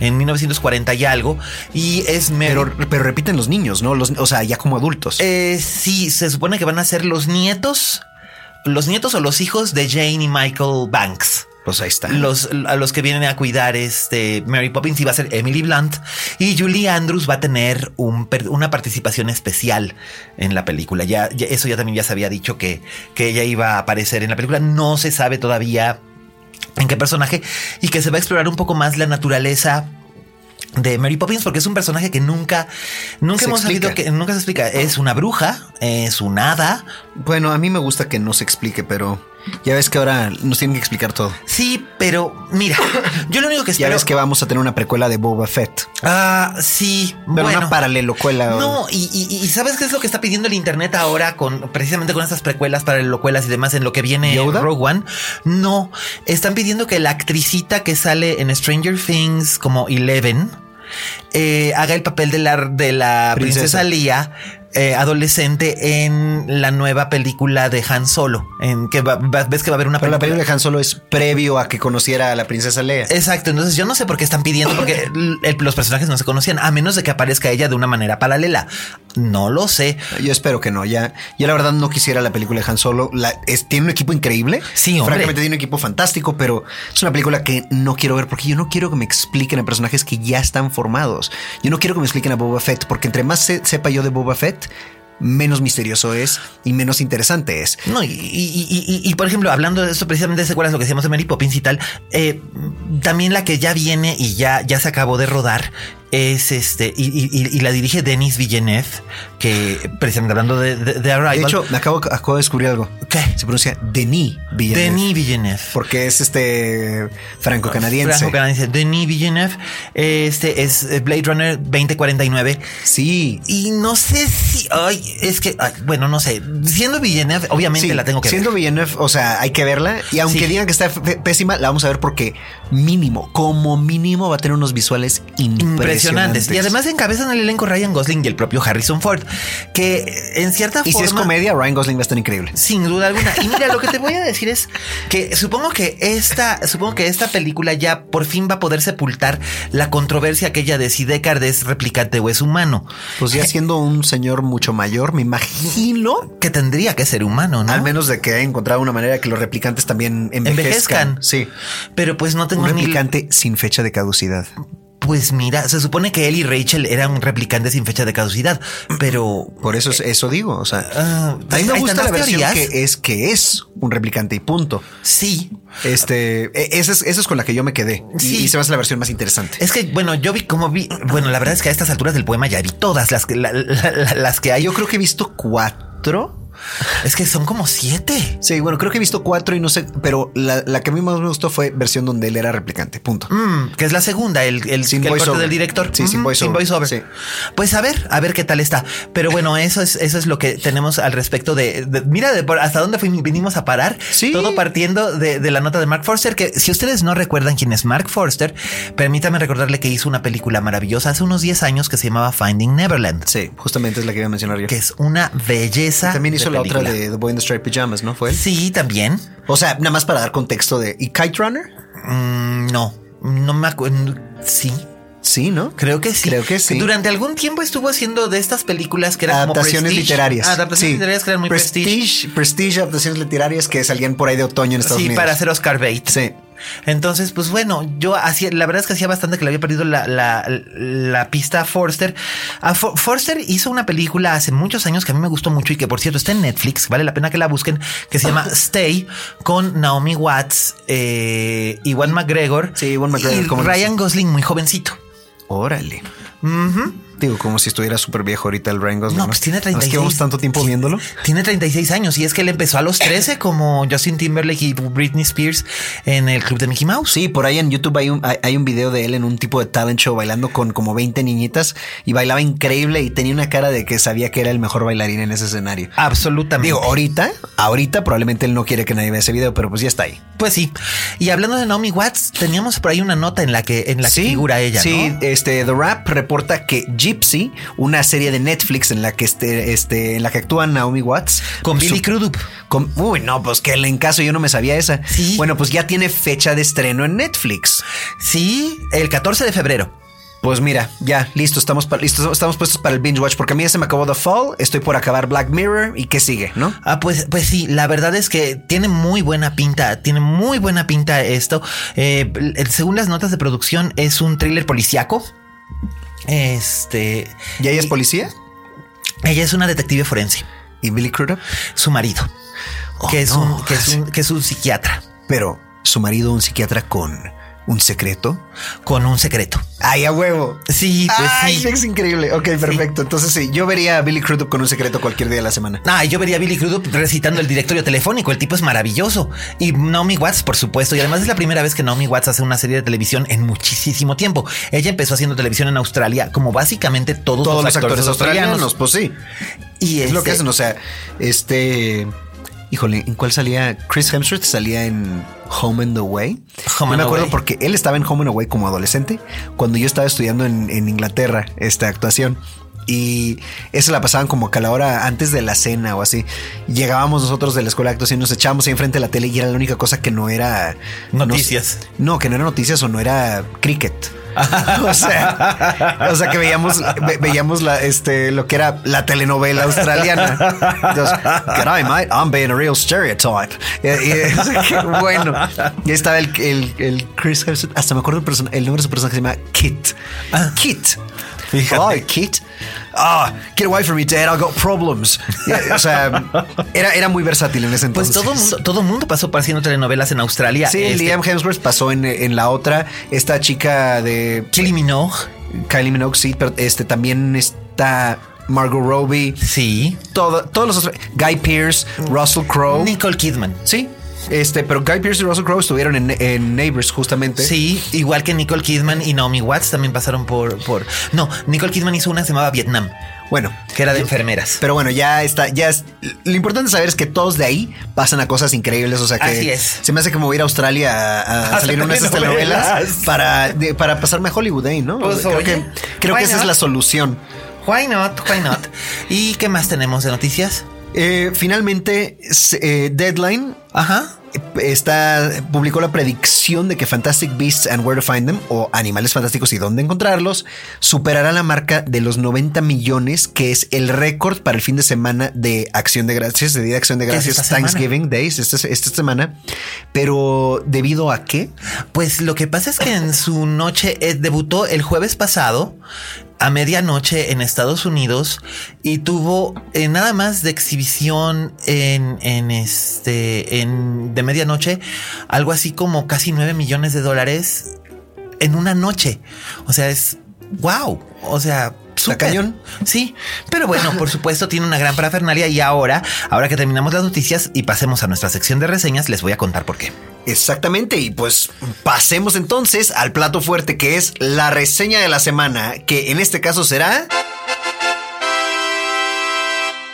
[SPEAKER 3] en 1940 y algo. Y es mero.
[SPEAKER 4] pero, pero Eh, repiten los niños, ¿no? Los, o sea, ya como adultos.
[SPEAKER 3] eh, sí, se supone que van a ser los nietos, los nietos o los hijos de Jane y Michael Banks.
[SPEAKER 4] pues ahí está.
[SPEAKER 3] Los, a los que vienen a cuidar este Mary Poppins y va a ser Emily Blunt y Julie Andrews va a tener un per- una participación especial en la película. Ya, ya- eso ya también ya se había dicho que, que ella iba a aparecer en la película. No se sabe todavía en qué personaje y que se va a explorar un poco más la naturaleza de Mary Poppins porque es un personaje que nunca nunca
[SPEAKER 4] Se
[SPEAKER 3] hemos
[SPEAKER 4] explica.
[SPEAKER 3] sabido que nunca se explica es una bruja es un hada
[SPEAKER 4] bueno, a mí me gusta que no se explique, pero ya ves que ahora nos tienen que explicar todo.
[SPEAKER 3] sí pero mira yo lo único que
[SPEAKER 4] Ya
[SPEAKER 3] espero
[SPEAKER 4] ves que vamos a tener una precuela de Boba Fett.
[SPEAKER 3] Ah, sí.
[SPEAKER 4] Pero
[SPEAKER 3] bueno.
[SPEAKER 4] una paralelocuela.
[SPEAKER 3] No, y, y- y ¿sabes qué es lo que está pidiendo el internet ahora con precisamente con estas precuelas, paralelocuelas y demás en lo que viene
[SPEAKER 4] ¿Yoda?
[SPEAKER 3] Rogue One? No, están pidiendo que la actricita que sale en Stranger Things como Eleven eh, haga el papel de la, de la princesa,
[SPEAKER 4] Princesa.
[SPEAKER 3] Lía eh, adolescente en la nueva película de Han Solo, en que va- va- ves que va a haber una
[SPEAKER 4] Pero
[SPEAKER 3] película.
[SPEAKER 4] la película de Han Solo es previo a que conociera a la princesa Leia.
[SPEAKER 3] Exacto, entonces yo no sé por qué están pidiendo, porque l- el- los personajes no se conocían, a menos de que aparezca ella de una manera paralela. No lo sé.
[SPEAKER 4] Yo espero que no. Ya, yo la verdad no quisiera la película de Han Solo. La- es- tiene un equipo increíble.
[SPEAKER 3] Sí, hombre.
[SPEAKER 4] Francamente tiene un equipo fantástico, pero es una película que no quiero ver porque yo no quiero que me expliquen a personajes que ya están formados. Yo no quiero que me expliquen a Boba Fett porque entre más se- sepa yo de Boba Fett, menos misterioso es y menos interesante es.
[SPEAKER 3] No, y, y- y- y- y, por ejemplo, hablando de esto, precisamente de secuelas, lo que decíamos de Mary Poppins y tal, eh, también la que ya viene y ya, ya se acabó de rodar es este, y, y- y- y la dirige Denis Villeneuve, que precisamente hablando de, de, de Arrival.
[SPEAKER 4] De hecho, me acabo, acabo de descubrir algo.
[SPEAKER 3] ¿Qué?
[SPEAKER 4] Se pronuncia Denis Villeneuve.
[SPEAKER 3] Denis Villeneuve.
[SPEAKER 4] Porque es este franco-canadiense.
[SPEAKER 3] Franco-canadiense. Denis Villeneuve, este es eh, Blade Runner 2049.
[SPEAKER 4] Sí.
[SPEAKER 3] Y no sé si. Ay, es que. ay, bueno, no sé. Siendo Villeneuve, obviamente
[SPEAKER 4] Sí,
[SPEAKER 3] la tengo que
[SPEAKER 4] siendo
[SPEAKER 3] ver.
[SPEAKER 4] Villeneuve, o sea, hay que verla. Y aunque
[SPEAKER 3] Sí.
[SPEAKER 4] digan que está fe- pésima, la vamos a ver porque mínimo, como mínimo, va a tener unos visuales impresionantes.
[SPEAKER 3] Impresionantes. Y además encabezan el elenco Ryan Gosling y el propio Harrison Ford, que eh, en cierta
[SPEAKER 4] Y
[SPEAKER 3] forma.
[SPEAKER 4] si es comedia, Ryan Gosling va a estar increíble.
[SPEAKER 3] Sin duda alguna. Y mira, lo que te voy a decir es que supongo que esta, supongo que esta película ya por fin va a poder sepultar la controversia aquella de si Deckard es replicante o es humano.
[SPEAKER 4] Pues ya siendo un señor mucho mayor, me imagino,
[SPEAKER 3] Que tendría que ser humano, ¿no?
[SPEAKER 4] al menos de que haya encontrado una manera de que los replicantes también envejezcan.
[SPEAKER 3] envejezcan.
[SPEAKER 4] Sí.
[SPEAKER 3] Pero pues no
[SPEAKER 4] Un
[SPEAKER 3] tengo ni.
[SPEAKER 4] replicante sin fecha de caducidad.
[SPEAKER 3] Pues mira, se supone que él y Rachel eran replicantes sin fecha de caducidad, pero
[SPEAKER 4] Por eso, es- eso digo. O sea,
[SPEAKER 3] Eh, Ah,
[SPEAKER 4] a mí me
[SPEAKER 3] hay
[SPEAKER 4] gusta la
[SPEAKER 3] tantas
[SPEAKER 4] versión
[SPEAKER 3] teorías.
[SPEAKER 4] que es que es un replicante y punto.
[SPEAKER 3] sí.
[SPEAKER 4] Este, e- esa es, esa es con la que yo me quedé. Y-
[SPEAKER 3] Sí.
[SPEAKER 4] Y, se me hace la versión más interesante.
[SPEAKER 3] Es que bueno, yo vi como vi, bueno, la verdad es que a estas alturas del poema ya vi todas las que la- la- la- las que hay.
[SPEAKER 4] Yo creo que he visto cuatro.
[SPEAKER 3] Es que son como siete.
[SPEAKER 4] Sí, bueno, creo que he visto cuatro y no sé, pero la, la que a mí más me gustó fue versión donde él era replicante. Punto.
[SPEAKER 3] Mm, que es la segunda, el, el,
[SPEAKER 4] Sin
[SPEAKER 3] el corte
[SPEAKER 4] voiceover.
[SPEAKER 3] del director.
[SPEAKER 4] Sí, sin
[SPEAKER 3] Ujú,
[SPEAKER 4] voiceover, sí.
[SPEAKER 3] Pues a ver, a ver qué tal está. Pero bueno, eso es, eso es lo que tenemos al respecto de, de- mira de por- hasta dónde fuimos- vinimos a parar.
[SPEAKER 4] Sí.
[SPEAKER 3] Todo partiendo de, de la nota de Mark Forster, que si ustedes no recuerdan quién es Mark Forster, permítame recordarle que hizo una película maravillosa hace unos 10 años que se llamaba Finding Neverland,
[SPEAKER 4] Sí, justamente es la que iba a mencionar yo.
[SPEAKER 3] que es una belleza.
[SPEAKER 4] También hizo
[SPEAKER 3] de
[SPEAKER 4] la otra
[SPEAKER 3] película.
[SPEAKER 4] de The Boy in the Striped Pajamas, ¿no? Fue él.
[SPEAKER 3] Sí, también.
[SPEAKER 4] O sea, nada más para dar contexto de. ¿Y Kite Runner?
[SPEAKER 3] Mm, no, no me acuerdo. Sí,
[SPEAKER 4] Sí, ¿no?
[SPEAKER 3] Creo que sí.
[SPEAKER 4] Creo que sí.
[SPEAKER 3] Durante algún tiempo estuvo haciendo de estas películas que eran como
[SPEAKER 4] adaptaciones
[SPEAKER 3] Prestige.
[SPEAKER 4] literarias.
[SPEAKER 3] Ah, Adaptaciones
[SPEAKER 4] Sí.
[SPEAKER 3] literarias que eran muy prestige.
[SPEAKER 4] prestige. Prestige, adaptaciones literarias que salían por ahí de otoño en Estados
[SPEAKER 3] Sí,
[SPEAKER 4] Unidos.
[SPEAKER 3] para hacer Oscar Bate.
[SPEAKER 4] Sí.
[SPEAKER 3] Entonces, pues bueno, yo hacía, la verdad es que hacía bastante que le había perdido la, la, la pista a Forster. A Fo- Forster hizo una película hace muchos años que a mí me gustó mucho y que por cierto está en Netflix, vale la pena que la busquen, que se llama Stay con Naomi Watts, eh, Iwan McGregor.
[SPEAKER 4] Sí, Ewan McGregor,
[SPEAKER 3] Y
[SPEAKER 4] ¿cómo no?
[SPEAKER 3] Ryan Gosling, muy jovencito.
[SPEAKER 4] Órale. Digo, como si estuviera súper viejo ahorita el Ryan Gosling.
[SPEAKER 3] No, pues tiene
[SPEAKER 4] Es
[SPEAKER 3] 36.
[SPEAKER 4] que llevamos tanto tiempo viéndolo.
[SPEAKER 3] Tiene 36 años y es que él empezó a los 13 como Justin Timberlake y Britney Spears en el club de Mickey Mouse.
[SPEAKER 4] Sí, por ahí en YouTube hay un, hay, hay un video de él en un tipo de talent show bailando con como 20 niñitas y bailaba increíble y tenía una cara de que sabía que era el mejor bailarín en ese escenario.
[SPEAKER 3] Ah. Absolutamente.
[SPEAKER 4] Digo, ahorita, ahorita probablemente él no quiere que nadie vea ese video, pero pues ya está ahí.
[SPEAKER 3] pues sí. Y hablando de Naomi Watts, teníamos por ahí una nota en la que en la que figura ella,
[SPEAKER 4] Sí,
[SPEAKER 3] ¿no?
[SPEAKER 4] este The Rap reporta que Gypsy, una serie de Netflix en la que este, este, en la que actúa Naomi Watts pues,
[SPEAKER 3] Con
[SPEAKER 4] su-
[SPEAKER 3] Billy Crudup.
[SPEAKER 4] con- uy, no, pues que el encaso yo no me sabía esa.
[SPEAKER 3] Sí.
[SPEAKER 4] Bueno, pues ya tiene fecha de estreno en Netflix.
[SPEAKER 3] Sí, el 14 de febrero.
[SPEAKER 4] Pues mira, ya, listo, estamos pa- listos, estamos puestos para el binge watch, porque a mí ya se me acabó The Fall, estoy por acabar Black Mirror y qué sigue, ¿no?
[SPEAKER 3] Ah, pues, pues sí, la verdad es que tiene muy buena pinta, tiene muy buena pinta esto. Eh, según las notas de producción, es un thriller policiaco. Este,
[SPEAKER 4] ¿Y ella es policía?
[SPEAKER 3] ella es una detective forense.
[SPEAKER 4] ¿Y Billy Crudup?
[SPEAKER 3] su marido,
[SPEAKER 4] Oh,
[SPEAKER 3] que, es
[SPEAKER 4] no.
[SPEAKER 3] un, que, es un, que es un psiquiatra
[SPEAKER 4] Pero su marido, un psiquiatra con un secreto.
[SPEAKER 3] con un secreto.
[SPEAKER 4] ¡Ay, a huevo!
[SPEAKER 3] Sí, pues
[SPEAKER 4] Ay,
[SPEAKER 3] sí.
[SPEAKER 4] es increíble. Ok, perfecto. Entonces sí, yo vería a Billy Crudup con un secreto cualquier día de la semana.
[SPEAKER 3] Ah, yo vería a Billy Crudup recitando el directorio telefónico. El tipo es maravilloso. Y Naomi Watts, por supuesto. Y además es la primera vez que Naomi Watts hace una serie de televisión en muchísimo tiempo. Ella empezó haciendo televisión en Australia, como básicamente todos,
[SPEAKER 4] Todos los actores australianos, pues sí.
[SPEAKER 3] Y
[SPEAKER 4] Es lo que
[SPEAKER 3] este-
[SPEAKER 4] hacen, o sea, este... Híjole, ¿en cuál salía? Chris Hemsworth salía en Home and Away.
[SPEAKER 3] Home
[SPEAKER 4] no
[SPEAKER 3] and
[SPEAKER 4] me acuerdo
[SPEAKER 3] Away.
[SPEAKER 4] porque él estaba en Home and Away como adolescente cuando yo estaba estudiando en, en Inglaterra esta actuación. y esa la pasaban como que a la hora antes de la cena o así. Llegábamos nosotros de la escuela de actuación, nos echábamos ahí enfrente de la tele y era la única cosa que no era...
[SPEAKER 3] Noticias.
[SPEAKER 4] No, no, que no era noticias o no era cricket. o, sea, o sea que veíamos, ve- veíamos la, este, lo que era la telenovela australiana. Entonces, "Good day, mate, I'm being a real stereotype. Y- y- o sea, que bueno, y ahí estaba el, el- el Chris Hemsworth. Hasta me acuerdo el, person- el nombre de su personaje que se llama Kit. Kit.
[SPEAKER 3] Fíjate.
[SPEAKER 4] Oh, Kit. Ah, get away from me, Dad. I've got problems. Y- O sea, era, era muy versátil en ese
[SPEAKER 3] Pues
[SPEAKER 4] entonces.
[SPEAKER 3] todo mundo, todo mundo pasó por haciendo telenovelas en Australia.
[SPEAKER 4] Sí,
[SPEAKER 3] Este,
[SPEAKER 4] Liam Hemsworth pasó en, en la otra. Esta chica de
[SPEAKER 3] Kylie Minogue.
[SPEAKER 4] Kylie Minogue, sí, pero este también está Margot Robbie,
[SPEAKER 3] Sí.
[SPEAKER 4] todo- todos los otros, Guy Pearce,
[SPEAKER 3] Mm.
[SPEAKER 4] Russell Crowe.
[SPEAKER 3] Nicole Kidman.
[SPEAKER 4] Sí, este, pero Guy Pearce y Russell Crowe estuvieron en, en Neighbors justamente.
[SPEAKER 3] Sí, igual que Nicole Kidman y Naomi Watts también pasaron por, por. No, Nicole Kidman hizo una que se llamaba Vietnam,
[SPEAKER 4] Bueno,
[SPEAKER 3] que era de enfermeras.
[SPEAKER 4] pero bueno, ya está, ya es, lo importante saber es que todos de ahí pasan a cosas increíbles, o sea que
[SPEAKER 3] Así es.
[SPEAKER 4] se me hace como ir a Australia a, a
[SPEAKER 3] A
[SPEAKER 4] salir en una de esas
[SPEAKER 3] telenovelas.
[SPEAKER 4] telenovelas para, de- para pasarme a Hollywood, ¿eh? ¿no?
[SPEAKER 3] Pues,
[SPEAKER 4] creo
[SPEAKER 3] oye,
[SPEAKER 4] que, creo
[SPEAKER 3] why
[SPEAKER 4] que esa es
[SPEAKER 3] not?
[SPEAKER 4] la solución.
[SPEAKER 3] Why not? Why not? ¿Y qué más tenemos de noticias?
[SPEAKER 4] Eh, finalmente, se- eh, Deadline
[SPEAKER 3] Ajá.
[SPEAKER 4] Está, publicó la predicción de que Fantastic Beasts and Where to Find Them, o Animales Fantásticos y Dónde Encontrarlos, superará la marca de los 90 millones, que es el récord para el fin de semana de Acción de Gracias, de Día de Acción de
[SPEAKER 3] ¿Qué es
[SPEAKER 4] Gracias,
[SPEAKER 3] esta semana?
[SPEAKER 4] Thanksgiving Days, esta, esta semana. Pero, ¿debido a qué?
[SPEAKER 3] Pues lo que pasa es que en su noche eh, debutó el jueves pasado a medianoche en Estados Unidos y tuvo eh, nada más de exhibición en, en este en de medianoche algo así como casi 9 millones de dólares en una noche. O sea, es wow. O sea, súper.
[SPEAKER 4] cañón.
[SPEAKER 3] Sí, pero bueno, por supuesto tiene una gran parafernalia y ahora, ahora que terminamos las noticias y pasemos a nuestra sección de reseñas, les voy a contar por qué.
[SPEAKER 4] Exactamente, y pues pasemos entonces al plato fuerte que es la reseña de la semana, que en este caso será...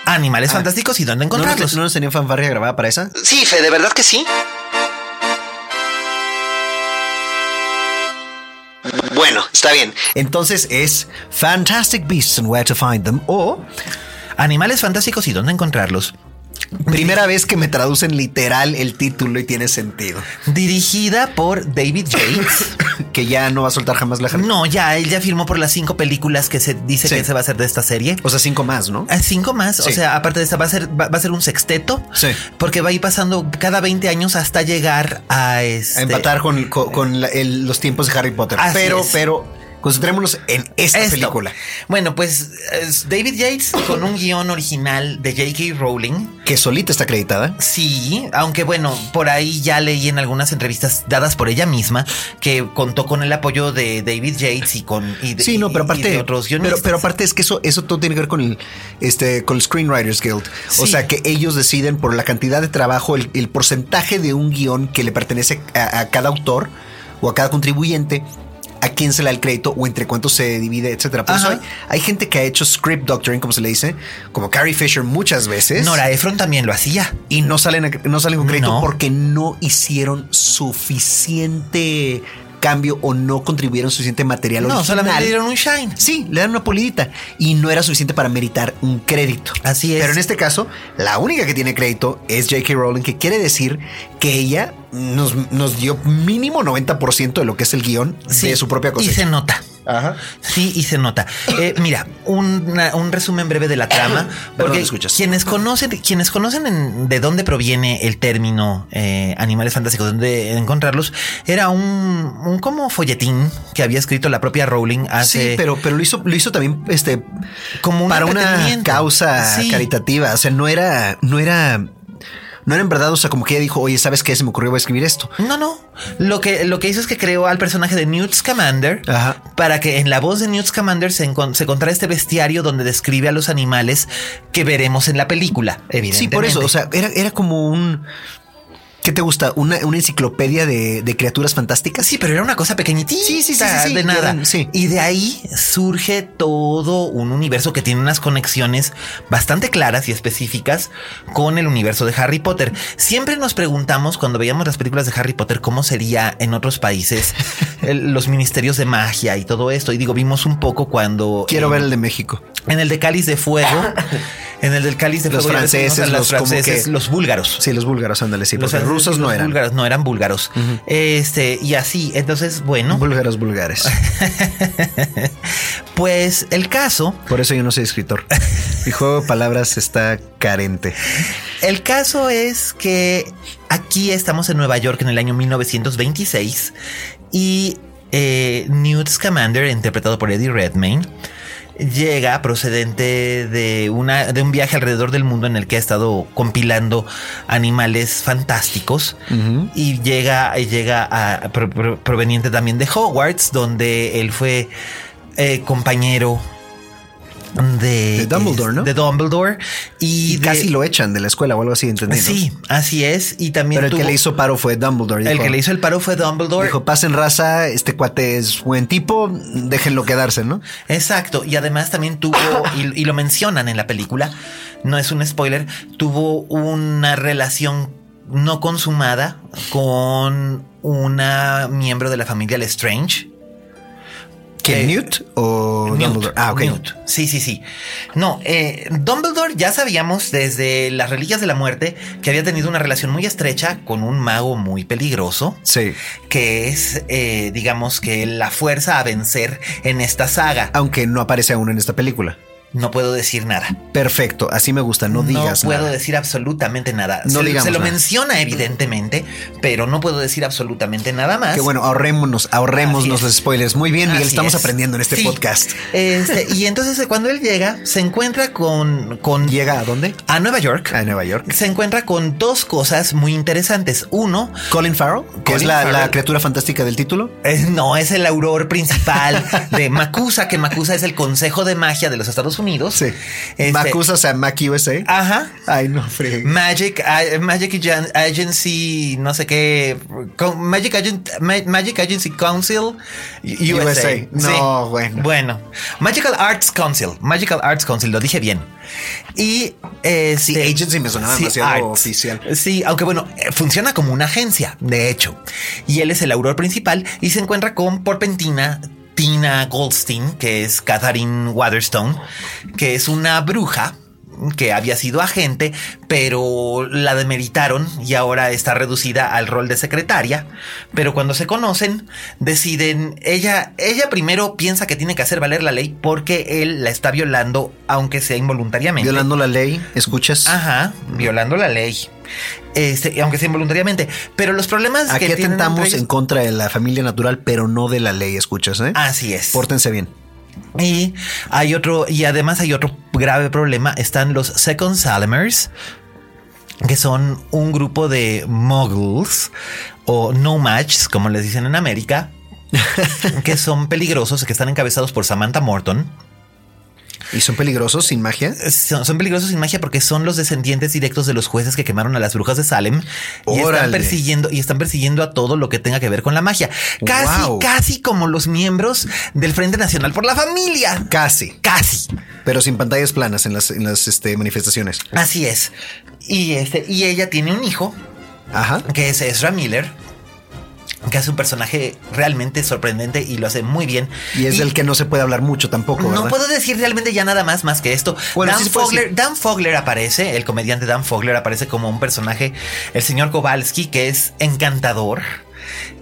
[SPEAKER 3] Animales
[SPEAKER 4] Ah.
[SPEAKER 3] fantásticos y dónde
[SPEAKER 4] ¿No nos-
[SPEAKER 3] encontrarlos.
[SPEAKER 4] ¿No nos tenían fanfarria grabada para esa?
[SPEAKER 2] Sí, Fe, de verdad que sí. Bueno, está bien.
[SPEAKER 4] Entonces es Fantastic Beasts and Where to Find Them o
[SPEAKER 3] Animales fantásticos y dónde encontrarlos.
[SPEAKER 4] primera vez que me traducen literal el título y tiene sentido.
[SPEAKER 3] Dirigida por David Yates.
[SPEAKER 4] Que ya no va a soltar jamás la jarra-
[SPEAKER 3] no, ya, él ya firmó por las cinco películas que se dice
[SPEAKER 4] Sí.
[SPEAKER 3] que se va a hacer de esta serie.
[SPEAKER 4] O sea, cinco más, ¿no?
[SPEAKER 3] Ah, Cinco más, o
[SPEAKER 4] Sí.
[SPEAKER 3] sea, aparte de esta, va a ser, va, va a ser un sexteto.
[SPEAKER 4] Sí.
[SPEAKER 3] Porque va a ir pasando cada 20 años hasta llegar a este.
[SPEAKER 4] A empatar con, con- con la- el- los tiempos de Harry Potter.
[SPEAKER 3] Así
[SPEAKER 4] pero,
[SPEAKER 3] es.
[SPEAKER 4] pero concentrémonos en esta
[SPEAKER 3] Esto.
[SPEAKER 4] película.
[SPEAKER 3] Bueno, pues es David Yates con un guión original de J.K. Rowling.
[SPEAKER 4] Que solita está acreditada.
[SPEAKER 3] Sí, aunque bueno, por ahí ya leí en algunas entrevistas dadas por ella misma que contó con el apoyo de David Yates y con y de,
[SPEAKER 4] Sí, no, pero
[SPEAKER 3] y- y
[SPEAKER 4] aparte,
[SPEAKER 3] de otros
[SPEAKER 4] pero,
[SPEAKER 3] guionistas.
[SPEAKER 4] pero aparte es que eso, eso todo tiene que ver con el, este, con el Screenwriters Guild. O
[SPEAKER 3] Sí.
[SPEAKER 4] sea, que ellos deciden por la cantidad de trabajo, el, el porcentaje de un guión que le pertenece a, a cada autor o a cada contribuyente, a quién se le da el crédito o entre cuántos se divide, etcétera. Por eso hay,
[SPEAKER 3] Ajá.
[SPEAKER 4] hay gente que ha hecho script doctoring, como se le dice, como Carrie Fisher muchas veces.
[SPEAKER 3] Nora Ephron también lo hacía.
[SPEAKER 4] y no salen, a- no salen con crédito
[SPEAKER 3] No.
[SPEAKER 4] porque no hicieron suficiente cambio o no contribuyeron suficiente material
[SPEAKER 3] No,
[SPEAKER 4] original.
[SPEAKER 3] solamente le dieron un shine.
[SPEAKER 4] Sí, le dan una pulidita y no era suficiente para meritar un crédito.
[SPEAKER 3] Así es.
[SPEAKER 4] Pero en este caso, la única que tiene crédito es J.K. Rowling, que quiere decir que ella nos, nos dio mínimo 90% de lo que es el guión este, de su propia
[SPEAKER 3] Y
[SPEAKER 4] cosecha.
[SPEAKER 3] se nota.
[SPEAKER 4] Ajá.
[SPEAKER 3] Sí, y se nota. Eh, mira, una- un resumen breve de la trama.
[SPEAKER 4] Perdón,
[SPEAKER 3] Porque
[SPEAKER 4] escuchas.
[SPEAKER 3] quienes conocen, quienes conocen en- de dónde proviene el término eh, animales fantásticos, dónde encontrarlos, era un, un como folletín que había escrito la propia Rowling hace
[SPEAKER 4] Sí, pero, pero lo hizo, lo hizo también este
[SPEAKER 3] como un
[SPEAKER 4] para una
[SPEAKER 3] entretenimiento.
[SPEAKER 4] causa
[SPEAKER 3] Sí.
[SPEAKER 4] caritativa. O sea, no era, no era, no era en verdad. O sea, como que ella dijo, oye, ¿sabes qué? Se me ocurrió voy a escribir esto.
[SPEAKER 3] No, no. Lo que, lo que hizo es que creó al personaje de Newt Scamander
[SPEAKER 4] Ajá.
[SPEAKER 3] para que en la voz de Newt Scamander se, encon- se encontrara este bestiario donde describe a los animales que veremos en la película, evidentemente.
[SPEAKER 4] Sí, por eso, o sea, era, era como un... ¿Qué te gusta? ¿Una, una enciclopedia de, de criaturas fantásticas?
[SPEAKER 3] Sí, pero era una cosa pequeñitita
[SPEAKER 4] Sí, sí, sí, sí, sí,
[SPEAKER 3] de nada.
[SPEAKER 4] eran- sí.
[SPEAKER 3] Y de ahí surge todo un universo que tiene unas conexiones bastante claras y específicas con el universo de Harry Potter. Siempre nos preguntamos cuando veíamos las películas de Harry Potter cómo sería en otros países el- los ministerios de magia y todo esto. Y digo, vimos un poco cuando...
[SPEAKER 4] Quiero
[SPEAKER 3] eh,
[SPEAKER 4] ver el de México.
[SPEAKER 3] En el de Cáliz de Fuego. En el del Cáliz de
[SPEAKER 4] Los
[SPEAKER 3] Fuego. ya ves,
[SPEAKER 4] franceses,
[SPEAKER 3] o sea,
[SPEAKER 4] los como que-
[SPEAKER 3] los búlgaros.
[SPEAKER 4] Sí, los búlgaros, ándale, sí,
[SPEAKER 3] Los
[SPEAKER 4] porque
[SPEAKER 3] franceses
[SPEAKER 4] rusos
[SPEAKER 3] y
[SPEAKER 4] no
[SPEAKER 3] los
[SPEAKER 4] eran.
[SPEAKER 3] Búlgaros, no eran búlgaros. Este, y así, entonces, bueno,
[SPEAKER 4] Búlgaros vulgares.
[SPEAKER 3] pues el caso,
[SPEAKER 4] Por eso yo no soy escritor. Mi juego de palabras está carente.
[SPEAKER 3] el caso es que aquí estamos en Nueva York en el año 1926 y eh, Newt Scamander, interpretado por Eddie Redmayne, llega procedente de una de un viaje alrededor del mundo en el que ha estado compilando animales fantásticos y llega llega a- pro- pro- proveniente también de Hogwarts donde él fue eh, compañero de,
[SPEAKER 4] De Dumbledore, ¿no?
[SPEAKER 3] De Dumbledore y,
[SPEAKER 4] Y
[SPEAKER 3] de-
[SPEAKER 4] casi lo echan de la escuela o algo así, entendí. ¿no?
[SPEAKER 3] Ah, Sí, así es y también
[SPEAKER 4] Pero el que
[SPEAKER 3] tuvo-
[SPEAKER 4] le hizo paro fue Dumbledore.
[SPEAKER 3] el
[SPEAKER 4] dijo-
[SPEAKER 3] que le hizo el paro fue Dumbledore.
[SPEAKER 4] Dijo, pasen raza, este cuate es buen tipo, déjenlo quedarse, ¿no?
[SPEAKER 3] Exacto, y además también tuvo, y, y lo mencionan en la película, no es un spoiler, tuvo una relación no consumada con una miembro de la familia Lestrange.
[SPEAKER 4] ¿Que
[SPEAKER 3] Eh,
[SPEAKER 4] Newt o
[SPEAKER 3] Newt,
[SPEAKER 4] Dumbledore? Ah, ok.
[SPEAKER 3] Newt. Sí, sí, sí. No, eh, Dumbledore ya sabíamos desde las Reliquias de la Muerte que había tenido una relación muy estrecha con un mago muy peligroso
[SPEAKER 4] Sí.
[SPEAKER 3] que es, eh, digamos que la fuerza a vencer en esta saga.
[SPEAKER 4] Aunque no aparece aún en esta película.
[SPEAKER 3] No puedo decir nada.
[SPEAKER 4] Perfecto, así me gusta, no digas
[SPEAKER 3] puedo
[SPEAKER 4] nada.
[SPEAKER 3] decir absolutamente nada.
[SPEAKER 4] No
[SPEAKER 3] se,
[SPEAKER 4] digamos
[SPEAKER 3] se lo
[SPEAKER 4] nada.
[SPEAKER 3] menciona evidentemente, pero no puedo decir absolutamente nada más.
[SPEAKER 4] Que bueno, ahorrémonos,
[SPEAKER 3] Así
[SPEAKER 4] ahorrémonos
[SPEAKER 3] es.
[SPEAKER 4] los spoilers. Muy bien, Miguel,
[SPEAKER 3] Así
[SPEAKER 4] estamos
[SPEAKER 3] es.
[SPEAKER 4] aprendiendo en este
[SPEAKER 3] Sí.
[SPEAKER 4] podcast.
[SPEAKER 3] Este, y entonces eh, cuando él llega, se encuentra con, con
[SPEAKER 4] ¿Llega a dónde?
[SPEAKER 3] a Nueva York.
[SPEAKER 4] A Nueva York.
[SPEAKER 3] Se encuentra con dos cosas muy interesantes. Uno,
[SPEAKER 4] Colin Farrell, que
[SPEAKER 3] Colin
[SPEAKER 4] es la, la
[SPEAKER 3] Farrell.
[SPEAKER 4] criatura fantástica del título.
[SPEAKER 3] Eh, No, es el auror principal de Macusa, que Macusa es el Consejo de Magia de los Estados Unidos. Este, Ah.
[SPEAKER 4] Macusa, o sea, Mac USA.
[SPEAKER 3] Ajá.
[SPEAKER 4] Ay, no, fregué.
[SPEAKER 3] Magic, eh, Magic Agen- Agency, no sé qué, con- Magic, Agen- Ma- Magic Agency Council USA.
[SPEAKER 4] USA. No, bueno.
[SPEAKER 3] Bueno, Magical Arts Council, Magical Arts Council, lo dije bien. Y eh,
[SPEAKER 4] Sí, agency me sonaba demasiado oficial.
[SPEAKER 3] Sí, aunque bueno, eh, funciona como una agencia, de hecho. Y él es el auror principal y se encuentra con Porpentina. Tina Goldstein, que es Catherine Waterstone, que es una bruja que había sido agente, pero la demeritaron y ahora está reducida al rol de secretaria. Pero cuando se conocen, deciden, ella, ella primero piensa que tiene que hacer valer la ley porque él la está violando, aunque sea involuntariamente.
[SPEAKER 4] Violando la ley, ¿escuchas?
[SPEAKER 3] Ajá, violando la ley. Este, aunque sea involuntariamente. Pero los problemas
[SPEAKER 4] Aquí
[SPEAKER 3] que tienen entre
[SPEAKER 4] atentamos
[SPEAKER 3] ellos-
[SPEAKER 4] en contra de la familia natural, pero no de la ley, ¿escuchas? Eh?
[SPEAKER 3] Así es.
[SPEAKER 4] Pórtense bien.
[SPEAKER 3] Y hay otro, y además hay otro grave problema. Están los Second Salamers, que son un grupo de muggles o no matches, como les dicen en América, que son peligrosos, que están encabezados por Samantha Morton.
[SPEAKER 4] ¿Y son peligrosos sin magia?
[SPEAKER 3] Son, son peligrosos sin magia porque son los descendientes directos de los jueces que quemaron a las brujas de Salem y están
[SPEAKER 4] Órale.
[SPEAKER 3] persiguiendo y están persiguiendo a todo lo que tenga que ver con la magia. Casi,
[SPEAKER 4] Guau.
[SPEAKER 3] casi como los miembros del Frente Nacional por la Familia.
[SPEAKER 4] Casi,
[SPEAKER 3] Casi.
[SPEAKER 4] pero sin pantallas planas en las, en las este, manifestaciones.
[SPEAKER 3] Así es. Y este, y ella tiene un hijo
[SPEAKER 4] Ajá.
[SPEAKER 3] que es Ezra Miller, que hace un personaje realmente sorprendente y lo hace muy bien.
[SPEAKER 4] Y es del que no se puede hablar mucho tampoco, ¿verdad?
[SPEAKER 3] No puedo decir realmente ya nada más más que esto.
[SPEAKER 4] Bueno,
[SPEAKER 3] Dan,
[SPEAKER 4] sí se puede
[SPEAKER 3] Fogler,
[SPEAKER 4] decir.
[SPEAKER 3] Dan Fogler aparece, el comediante Dan Fogler aparece como un personaje, el señor Kowalski, que es encantador.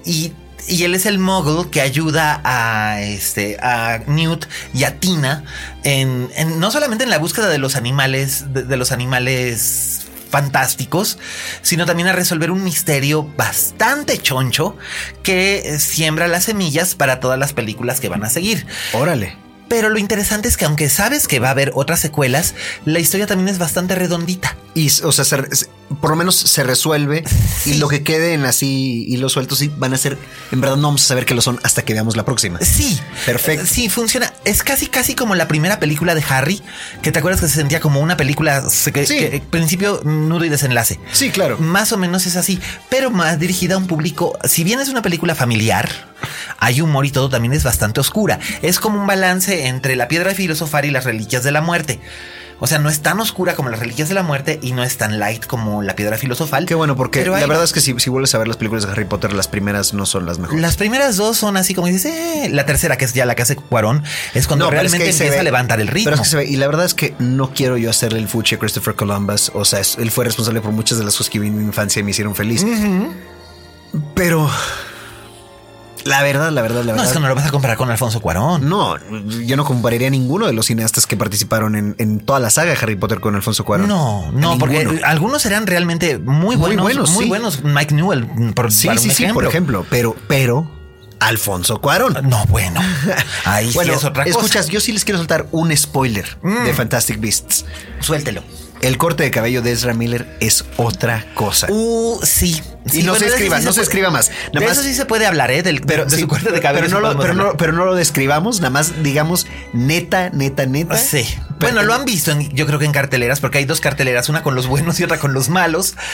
[SPEAKER 3] Y, y él es el mogul que ayuda a, este, a Newt y a Tina en, en- no solamente en la búsqueda de los animales, de, de los animales fantásticos, sino también a resolver un misterio bastante choncho que siembra las semillas para todas las películas que van a seguir.
[SPEAKER 4] Órale.
[SPEAKER 3] Pero lo interesante es que aunque sabes que va a haber otras secuelas, la historia también es bastante redondita.
[SPEAKER 4] Y, o sea, se re- se- por lo menos se resuelve y lo que queden así y los sueltos sí van a ser, en verdad no vamos a saber que lo son hasta que veamos la próxima.
[SPEAKER 3] Sí.
[SPEAKER 4] Perfecto.
[SPEAKER 3] Eh, Sí, funciona. Es casi, casi como la primera película de Harry, que te acuerdas que se sentía como una película se- que,
[SPEAKER 4] Sí.
[SPEAKER 3] que- principio, nudo y desenlace.
[SPEAKER 4] Sí, claro.
[SPEAKER 3] Más o menos es así, pero más dirigida a un público. Si bien es una película familiar, hay humor y todo también es bastante oscura. Es como un balance entre la piedra filosofal y las reliquias de la muerte. O sea, no es tan oscura como las reliquias de la muerte y no es tan light como la piedra filosofal.
[SPEAKER 4] Qué bueno, porque
[SPEAKER 3] Pero
[SPEAKER 4] la
[SPEAKER 3] ahí va.
[SPEAKER 4] verdad es que si, si vuelves a ver las películas de Harry Potter, las primeras no son las mejores.
[SPEAKER 3] Las primeras dos son así como dices, eh, la tercera, que es ya la que hace Cuarón, es cuando
[SPEAKER 4] No, pero es que
[SPEAKER 3] realmente
[SPEAKER 4] ahí se
[SPEAKER 3] empieza
[SPEAKER 4] ve-
[SPEAKER 3] a levantar el ritmo.
[SPEAKER 4] Pero es que se ve, y la verdad es que no quiero yo hacerle el fuchi a Christopher Columbus. O sea, es- él fue responsable por muchas de las cosas que vi en mi infancia y me hicieron feliz. Pero la verdad, la verdad, la
[SPEAKER 3] no,
[SPEAKER 4] verdad.
[SPEAKER 3] es que no lo vas a comparar con Alfonso Cuarón.
[SPEAKER 4] No, yo no compararía a ninguno de los cineastas que participaron en, en toda la saga de Harry Potter con Alfonso Cuarón.
[SPEAKER 3] No,
[SPEAKER 4] A
[SPEAKER 3] no, porque ah,
[SPEAKER 4] ninguno.
[SPEAKER 3] algunos eran realmente muy buenos, muy
[SPEAKER 4] buenos,
[SPEAKER 3] buenos,
[SPEAKER 4] sí.
[SPEAKER 3] Mike Newell, mm, por,
[SPEAKER 4] Sí,
[SPEAKER 3] para
[SPEAKER 4] sí,
[SPEAKER 3] un
[SPEAKER 4] sí, por ejemplo. Pero, pero, Alfonso Cuarón.
[SPEAKER 3] No, bueno, ahí
[SPEAKER 4] bueno,
[SPEAKER 3] sí es otra cosa. Mm.
[SPEAKER 4] escuchas, yo sí les quiero soltar un spoiler de Fantastic Beasts.
[SPEAKER 3] suéltelo.
[SPEAKER 4] El corte de cabello de Ezra Miller es otra cosa.
[SPEAKER 3] Uh, sí.
[SPEAKER 4] y no se escriba, no se escriba más. Nada
[SPEAKER 3] de
[SPEAKER 4] más-
[SPEAKER 3] eso sí se puede hablar, ¿eh? Del, de
[SPEAKER 4] sí,
[SPEAKER 3] su corte de
[SPEAKER 4] Pero
[SPEAKER 3] cabello. sí
[SPEAKER 4] no, lo,
[SPEAKER 3] podemos
[SPEAKER 4] pero,
[SPEAKER 3] hablar.
[SPEAKER 4] no, pero no lo describamos, nada más digamos neta, neta, neta.
[SPEAKER 3] Sí.
[SPEAKER 4] Pero-
[SPEAKER 3] Bueno, lo han visto, en- yo creo que en carteleras, porque hay dos carteleras, una con los buenos y otra con los malos.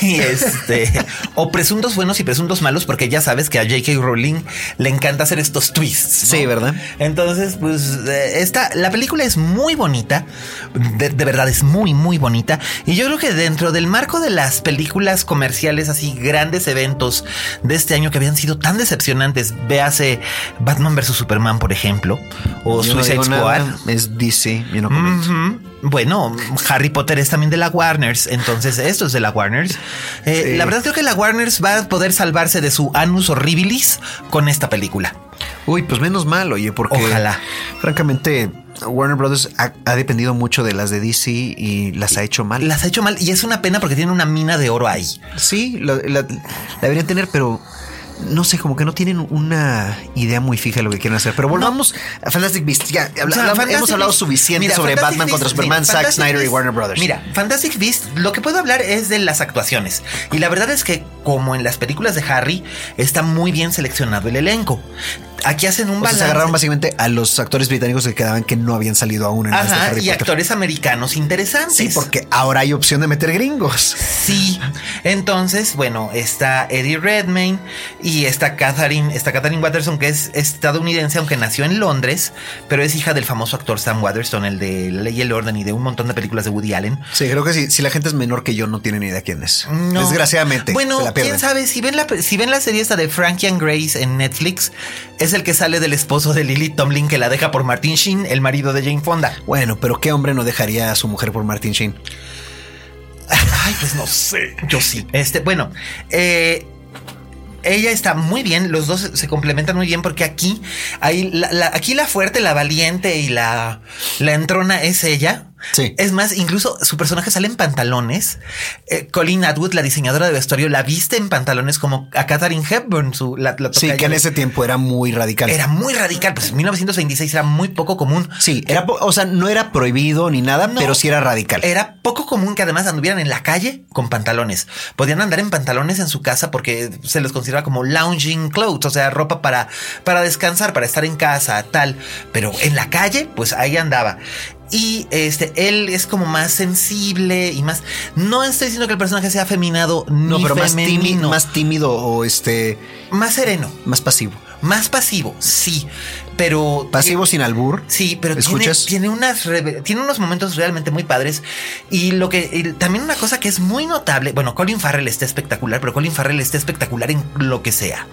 [SPEAKER 3] Y este, o presuntos buenos y presuntos malos, porque ya sabes que a J.K. Rowling le encanta hacer estos twists. ¿no?
[SPEAKER 4] Sí, ¿verdad?
[SPEAKER 3] Entonces, pues, eh, esta, la película es muy bonita. De, de verdad, es muy, muy bonita. Y yo creo que dentro del marco de las películas comerciales, así grandes eventos de este año que habían sido tan decepcionantes, véase Batman vs Superman, por ejemplo, o
[SPEAKER 4] Yo no
[SPEAKER 3] Suicide
[SPEAKER 4] digo
[SPEAKER 3] Squad.
[SPEAKER 4] nada, es DC, yo no comento.
[SPEAKER 3] Ujú. Bueno, Harry Potter es también de la Warners, entonces esto es de la Warners. Eh,
[SPEAKER 4] Sí.
[SPEAKER 3] La verdad creo que la Warners va a poder salvarse de su anus horribilis con esta película.
[SPEAKER 4] Uy, pues menos mal, oye, porque
[SPEAKER 3] Ojalá.
[SPEAKER 4] francamente Warner Brothers ha, ha dependido mucho de las de DC y las ha hecho mal.
[SPEAKER 3] Las ha hecho mal y es una pena porque tiene una mina de oro ahí.
[SPEAKER 4] Sí, la, la- la deberían tener, pero no sé, como que no tienen una idea muy fija de lo que quieren hacer. Pero volvamos a Fantastic Beasts. Ya habla-
[SPEAKER 3] O sea,
[SPEAKER 4] habla-
[SPEAKER 3] Fantastic
[SPEAKER 4] hemos hablado
[SPEAKER 3] Beasts-
[SPEAKER 4] suficiente
[SPEAKER 3] Mira,
[SPEAKER 4] sobre
[SPEAKER 3] Fantastic
[SPEAKER 4] Batman contra
[SPEAKER 3] Beasts-
[SPEAKER 4] Superman,
[SPEAKER 3] mira,
[SPEAKER 4] Zack
[SPEAKER 3] Fantastic
[SPEAKER 4] Snyder y
[SPEAKER 3] Beasts-
[SPEAKER 4] Warner Brothers.
[SPEAKER 3] Mira, Fantastic Beast, lo que puedo hablar es de las actuaciones. Y la verdad es que, como en las películas de Harry, está muy bien seleccionado el elenco. Aquí hacen un
[SPEAKER 4] O sea,
[SPEAKER 3] balance.
[SPEAKER 4] se agarraron básicamente a los actores británicos que quedaban que no habían salido aún en las de
[SPEAKER 3] Ajá,
[SPEAKER 4] Harry
[SPEAKER 3] y
[SPEAKER 4] Potter.
[SPEAKER 3] actores americanos interesantes.
[SPEAKER 4] Sí, porque ahora hay opción de meter gringos.
[SPEAKER 3] Sí. Entonces, bueno, está Eddie Redmayne y está Catherine, está Catherine Watterson, que es estadounidense, aunque nació en Londres, pero es hija del famoso actor Sam Watterson, el de La Ley y el Orden y de un montón de películas de Woody Allen.
[SPEAKER 4] Sí, creo que sí, si la gente es menor que yo, no tiene ni idea quién es.
[SPEAKER 3] No.
[SPEAKER 4] Desgraciadamente.
[SPEAKER 3] Bueno,
[SPEAKER 4] se la pierden.
[SPEAKER 3] quién sabe, si ven, la, si ven la serie esta de Frankie and Grace en Netflix, es el que sale del esposo de Lily Tomlin que la deja por Martin Sheen, el marido de Jane Fonda.
[SPEAKER 4] Bueno, pero ¿qué hombre no dejaría a su mujer por Martin Sheen?
[SPEAKER 3] Ay, pues no sé. Yo sí. Este, bueno, eh, Ella está muy bien, los dos se complementan muy bien porque aquí, ahí, la, la- aquí la fuerte, la valiente y la, la entrona es ella.
[SPEAKER 4] Sí.
[SPEAKER 3] Es más, incluso su personaje sale en pantalones. Eh, Colleen Atwood, la diseñadora de vestuario, la viste en pantalones como a Katharine Hepburn, su, la, la
[SPEAKER 4] Sí,
[SPEAKER 3] tocaya.
[SPEAKER 4] que en ese tiempo era muy radical.
[SPEAKER 3] Era muy radical, pues en 1926 era muy poco común.
[SPEAKER 4] Sí, era, po- o sea, no era prohibido ni nada,
[SPEAKER 3] No.
[SPEAKER 4] pero sí era radical.
[SPEAKER 3] Era poco común que además anduvieran en la calle con pantalones. Podían andar en pantalones en su casa porque se les consideraba como lounging clothes, o sea, ropa para, para descansar, para estar en casa, tal. Pero en la calle, pues ahí andaba. Y este, él es como más sensible y más. No estoy diciendo que el personaje sea afeminado,
[SPEAKER 4] no,
[SPEAKER 3] ni
[SPEAKER 4] pero más
[SPEAKER 3] femenino,
[SPEAKER 4] tímido, más tímido o este,
[SPEAKER 3] más sereno,
[SPEAKER 4] más pasivo.
[SPEAKER 3] más pasivo, sí. Pero. eh,
[SPEAKER 4] Pasivo sin albur.
[SPEAKER 3] Sí, pero tiene,
[SPEAKER 4] ¿Escuchas?
[SPEAKER 3] tiene unas reve- tiene unos momentos realmente muy padres. Y lo que y también una cosa que es muy notable, bueno, Colin Farrell está espectacular, pero Colin Farrell está espectacular en lo que sea.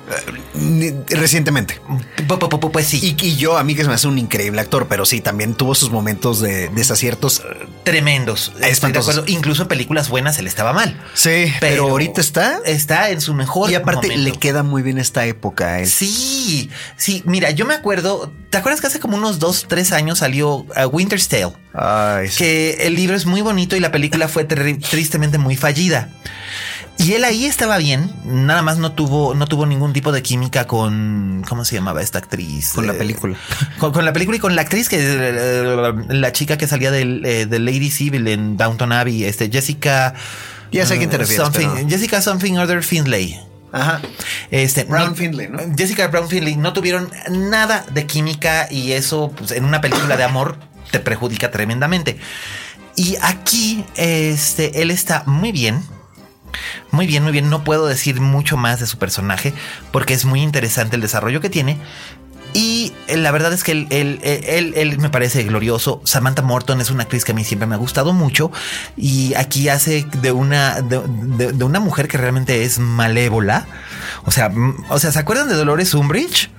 [SPEAKER 4] Ni- Recientemente.
[SPEAKER 3] Pu- pu- pu- Pues sí,
[SPEAKER 4] Y, y yo, a mí que se me hace un increíble actor, pero sí, también tuvo sus momentos de desaciertos.
[SPEAKER 3] tremendos. Estoy de
[SPEAKER 4] Espantosos.
[SPEAKER 3] acuerdo. Incluso en películas buenas él estaba mal.
[SPEAKER 4] Sí, pero, ahorita está.
[SPEAKER 3] Está en su mejor
[SPEAKER 4] Y aparte
[SPEAKER 3] momento.
[SPEAKER 4] le queda muy bien esta época a él.
[SPEAKER 3] Sí, sí, mira, yo me acuerdo, ¿te acuerdas que hace como unos dos, tres años salió uh, Winter's Tale?
[SPEAKER 4] Ay, sí.
[SPEAKER 3] que el libro es muy bonito y la película fue terri- tristemente muy fallida. Y él ahí estaba bien, nada más no tuvo, no tuvo ningún tipo de química con, ¿cómo se llamaba esta actriz?
[SPEAKER 4] Con la
[SPEAKER 3] Eh,
[SPEAKER 4] película.
[SPEAKER 3] Con, con la película y con la actriz que, eh, la chica que salía del, eh, de Lady Civil en Downton Abbey, este, Jessica.
[SPEAKER 4] Ya sé a quién te
[SPEAKER 3] eh,
[SPEAKER 4] refieres,
[SPEAKER 3] something-
[SPEAKER 4] pero-
[SPEAKER 3] Jessica Something Other Finlay.
[SPEAKER 4] Ajá.
[SPEAKER 3] Este,
[SPEAKER 4] Brown Findlay, ¿no?
[SPEAKER 3] Jessica Brown Finley no tuvieron nada de química y eso pues, en una película de amor te perjudica tremendamente. Y aquí este, él está muy bien. Muy bien, muy bien. No puedo decir mucho más de su personaje porque es muy interesante el desarrollo que tiene. Y eh, la verdad es que él, él, eh, él, él me parece glorioso. Samantha Morton es una actriz que a mí siempre me ha gustado mucho y aquí hace de una, de, de- de una mujer que realmente es malévola. O sea, mm, o sea, ¿se acuerdan de Dolores Umbridge?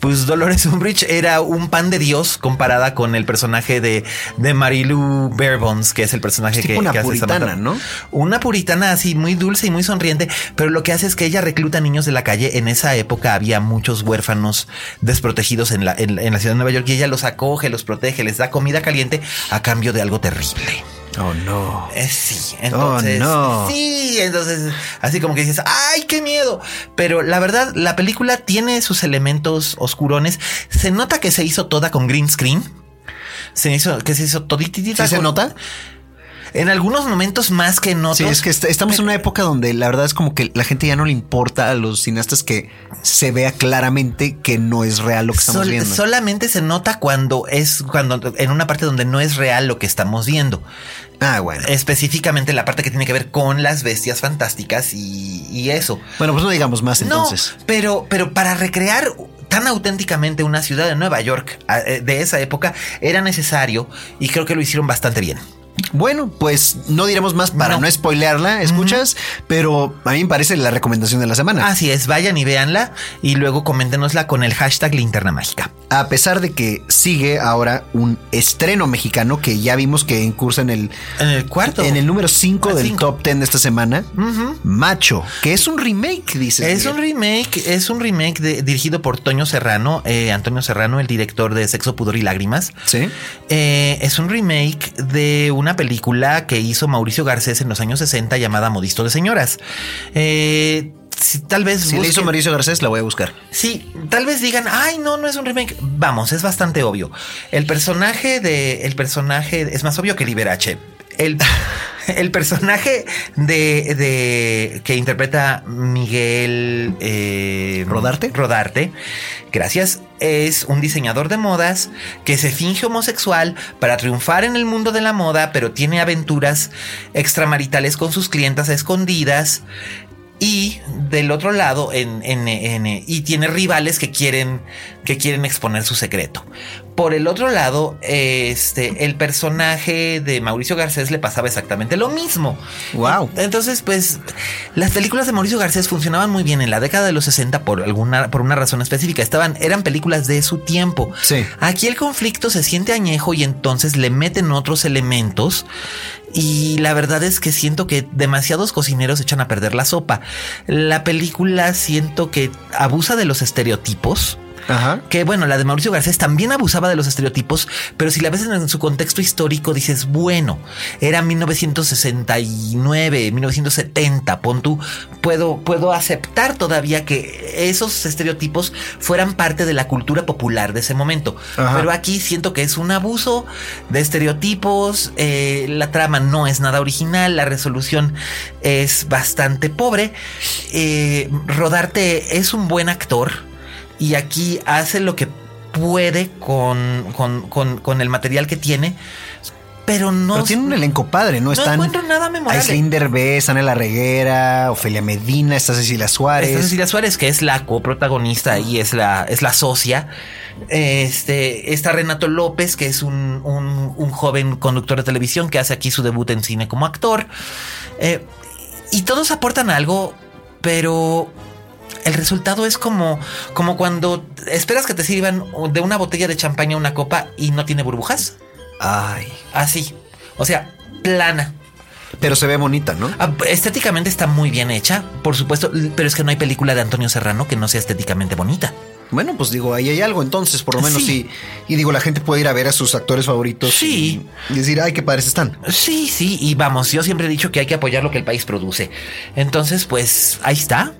[SPEAKER 3] Pues Dolores Umbridge era un pan de Dios comparada con el personaje de, de Marilu Barebones, que es el personaje
[SPEAKER 4] Es tipo
[SPEAKER 3] que,
[SPEAKER 4] una
[SPEAKER 3] que hace
[SPEAKER 4] puritana,
[SPEAKER 3] Samantha.
[SPEAKER 4] ¿no?
[SPEAKER 3] Una puritana así muy dulce y muy sonriente, pero lo que hace es que ella recluta niños de la calle. En esa época había muchos huérfanos desprotegidos en la, en, en la ciudad de Nueva York y ella los acoge, los protege, les da comida caliente a cambio de algo terrible.
[SPEAKER 4] Oh, no.
[SPEAKER 3] Eh, sí, entonces.
[SPEAKER 4] Oh, no.
[SPEAKER 3] Sí, entonces, así como que dices, ¡ay, qué miedo! Pero la verdad, la película tiene sus elementos oscurones. Se nota que se hizo toda con green screen. Se hizo, que se hizo todititita.
[SPEAKER 4] ¿Sí se
[SPEAKER 3] con-
[SPEAKER 4] nota?
[SPEAKER 3] En algunos momentos más que en otros.
[SPEAKER 4] Sí, es que est- estamos en una época donde la verdad es como que la gente ya no le importa a los cineastas que se vea claramente que no es real lo que estamos
[SPEAKER 3] Sol-
[SPEAKER 4] viendo.
[SPEAKER 3] Solamente se nota cuando es cuando en una parte donde no es real lo que estamos viendo.
[SPEAKER 4] ah, bueno.
[SPEAKER 3] Específicamente la parte que tiene que ver con las bestias fantásticas y, y eso.
[SPEAKER 4] Bueno, pues no digamos más entonces.
[SPEAKER 3] No, pero, pero para recrear tan auténticamente una ciudad de Nueva York ah, eh, de esa época era necesario y creo que lo hicieron bastante bien.
[SPEAKER 4] Bueno, pues no diremos más para
[SPEAKER 3] No.
[SPEAKER 4] no, spoilearla, escuchas, pero a mí me parece la recomendación de la semana.
[SPEAKER 3] Así es, vayan y véanla y luego coméntenosla con el hashtag linterna mágica.
[SPEAKER 4] A pesar de que sigue ahora un estreno mexicano que ya vimos que incursa en el,
[SPEAKER 3] En el cuarto.
[SPEAKER 4] en el número 5
[SPEAKER 3] Ah,
[SPEAKER 4] del
[SPEAKER 3] cinco.
[SPEAKER 4] top 10 de esta semana, Macho, que es un remake, dices.
[SPEAKER 3] Es
[SPEAKER 4] Miguel.
[SPEAKER 3] un remake, es un remake de- dirigido por Toño Serrano, eh, Antonio Serrano, el director de Sexo, Pudor y Lágrimas.
[SPEAKER 4] Sí.
[SPEAKER 3] Eh, es un remake de una película que hizo Mauricio Garcés en los años 60 llamada Modisto de Señoras. Eh, si tal vez
[SPEAKER 4] Si le hizo
[SPEAKER 3] busquen-
[SPEAKER 4] Mauricio Garcés, la voy a buscar.
[SPEAKER 3] Sí, tal vez digan, ay, no, no es un remake. Vamos, es bastante obvio. El personaje de. El personaje es más obvio que Liberace. El, el personaje de, de- que interpreta Miguel eh,
[SPEAKER 4] ¿Rodarte?
[SPEAKER 3] Rodarte, gracias, es un diseñador de modas que se finge homosexual para triunfar en el mundo de la moda, pero tiene aventuras extramaritales con sus clientas a escondidas. Y del otro lado, en, en- en- y tiene rivales que quieren, que quieren exponer su secreto. Por el otro lado, este, el personaje de Mauricio Garcés le pasaba exactamente lo mismo.
[SPEAKER 4] Wow.
[SPEAKER 3] Entonces, pues, las películas de Mauricio Garcés funcionaban muy bien en la década de los 60 por alguna, por una razón específica. Estaban, eran películas de su tiempo.
[SPEAKER 4] Sí.
[SPEAKER 3] Aquí el conflicto se siente añejo y entonces le meten otros elementos. Y la verdad es que siento que demasiados cocineros echan a perder la sopa. La película siento que abusa de los estereotipos.
[SPEAKER 4] Ajá.
[SPEAKER 3] Que bueno, la de Mauricio Garcés también abusaba de los estereotipos, pero si la ves en su contexto histórico, dices, bueno, era 1969, 1970, pon tú, puedo, puedo aceptar todavía que esos estereotipos fueran parte de la cultura popular de ese momento.
[SPEAKER 4] Ajá.
[SPEAKER 3] Pero aquí siento que es un abuso de estereotipos, eh, la trama no es nada original, la resolución es bastante pobre. Eh, Rodarte es un buen actor y aquí hace lo que puede con, con, con- con el material que tiene, pero no,
[SPEAKER 4] Pero tiene un elenco padre, ¿no?
[SPEAKER 3] no
[SPEAKER 4] Están
[SPEAKER 3] encuentro nada memorable.
[SPEAKER 4] Aislinn Derbez, Ana La Reguera, Ofelia Medina, está Cecilia Suárez.
[SPEAKER 3] Esta Cecilia Suárez, que es la coprotagonista y es la, es la socia. Este, está Renato López, que es un, un- un joven conductor de televisión que hace aquí su debut en cine como actor. Eh, y todos aportan algo, pero el resultado es como, como cuando esperas que te sirvan de una botella de champaña una copa y no tiene burbujas.
[SPEAKER 4] Ay.
[SPEAKER 3] Así. O sea, plana.
[SPEAKER 4] Pero se ve bonita, ¿no?
[SPEAKER 3] Ah, Estéticamente está muy bien hecha, por supuesto, l- pero es que no hay película de Antonio Serrano que no sea estéticamente bonita.
[SPEAKER 4] Bueno, pues digo, ahí hay algo entonces, por lo menos sí.
[SPEAKER 3] Sí.
[SPEAKER 4] Y digo, la gente puede ir a ver a sus actores favoritos.
[SPEAKER 3] Sí.
[SPEAKER 4] Y, y decir, ay, qué padres están.
[SPEAKER 3] Sí, sí, y vamos, yo siempre he dicho que hay que apoyar lo que el país produce. Entonces, pues ahí está.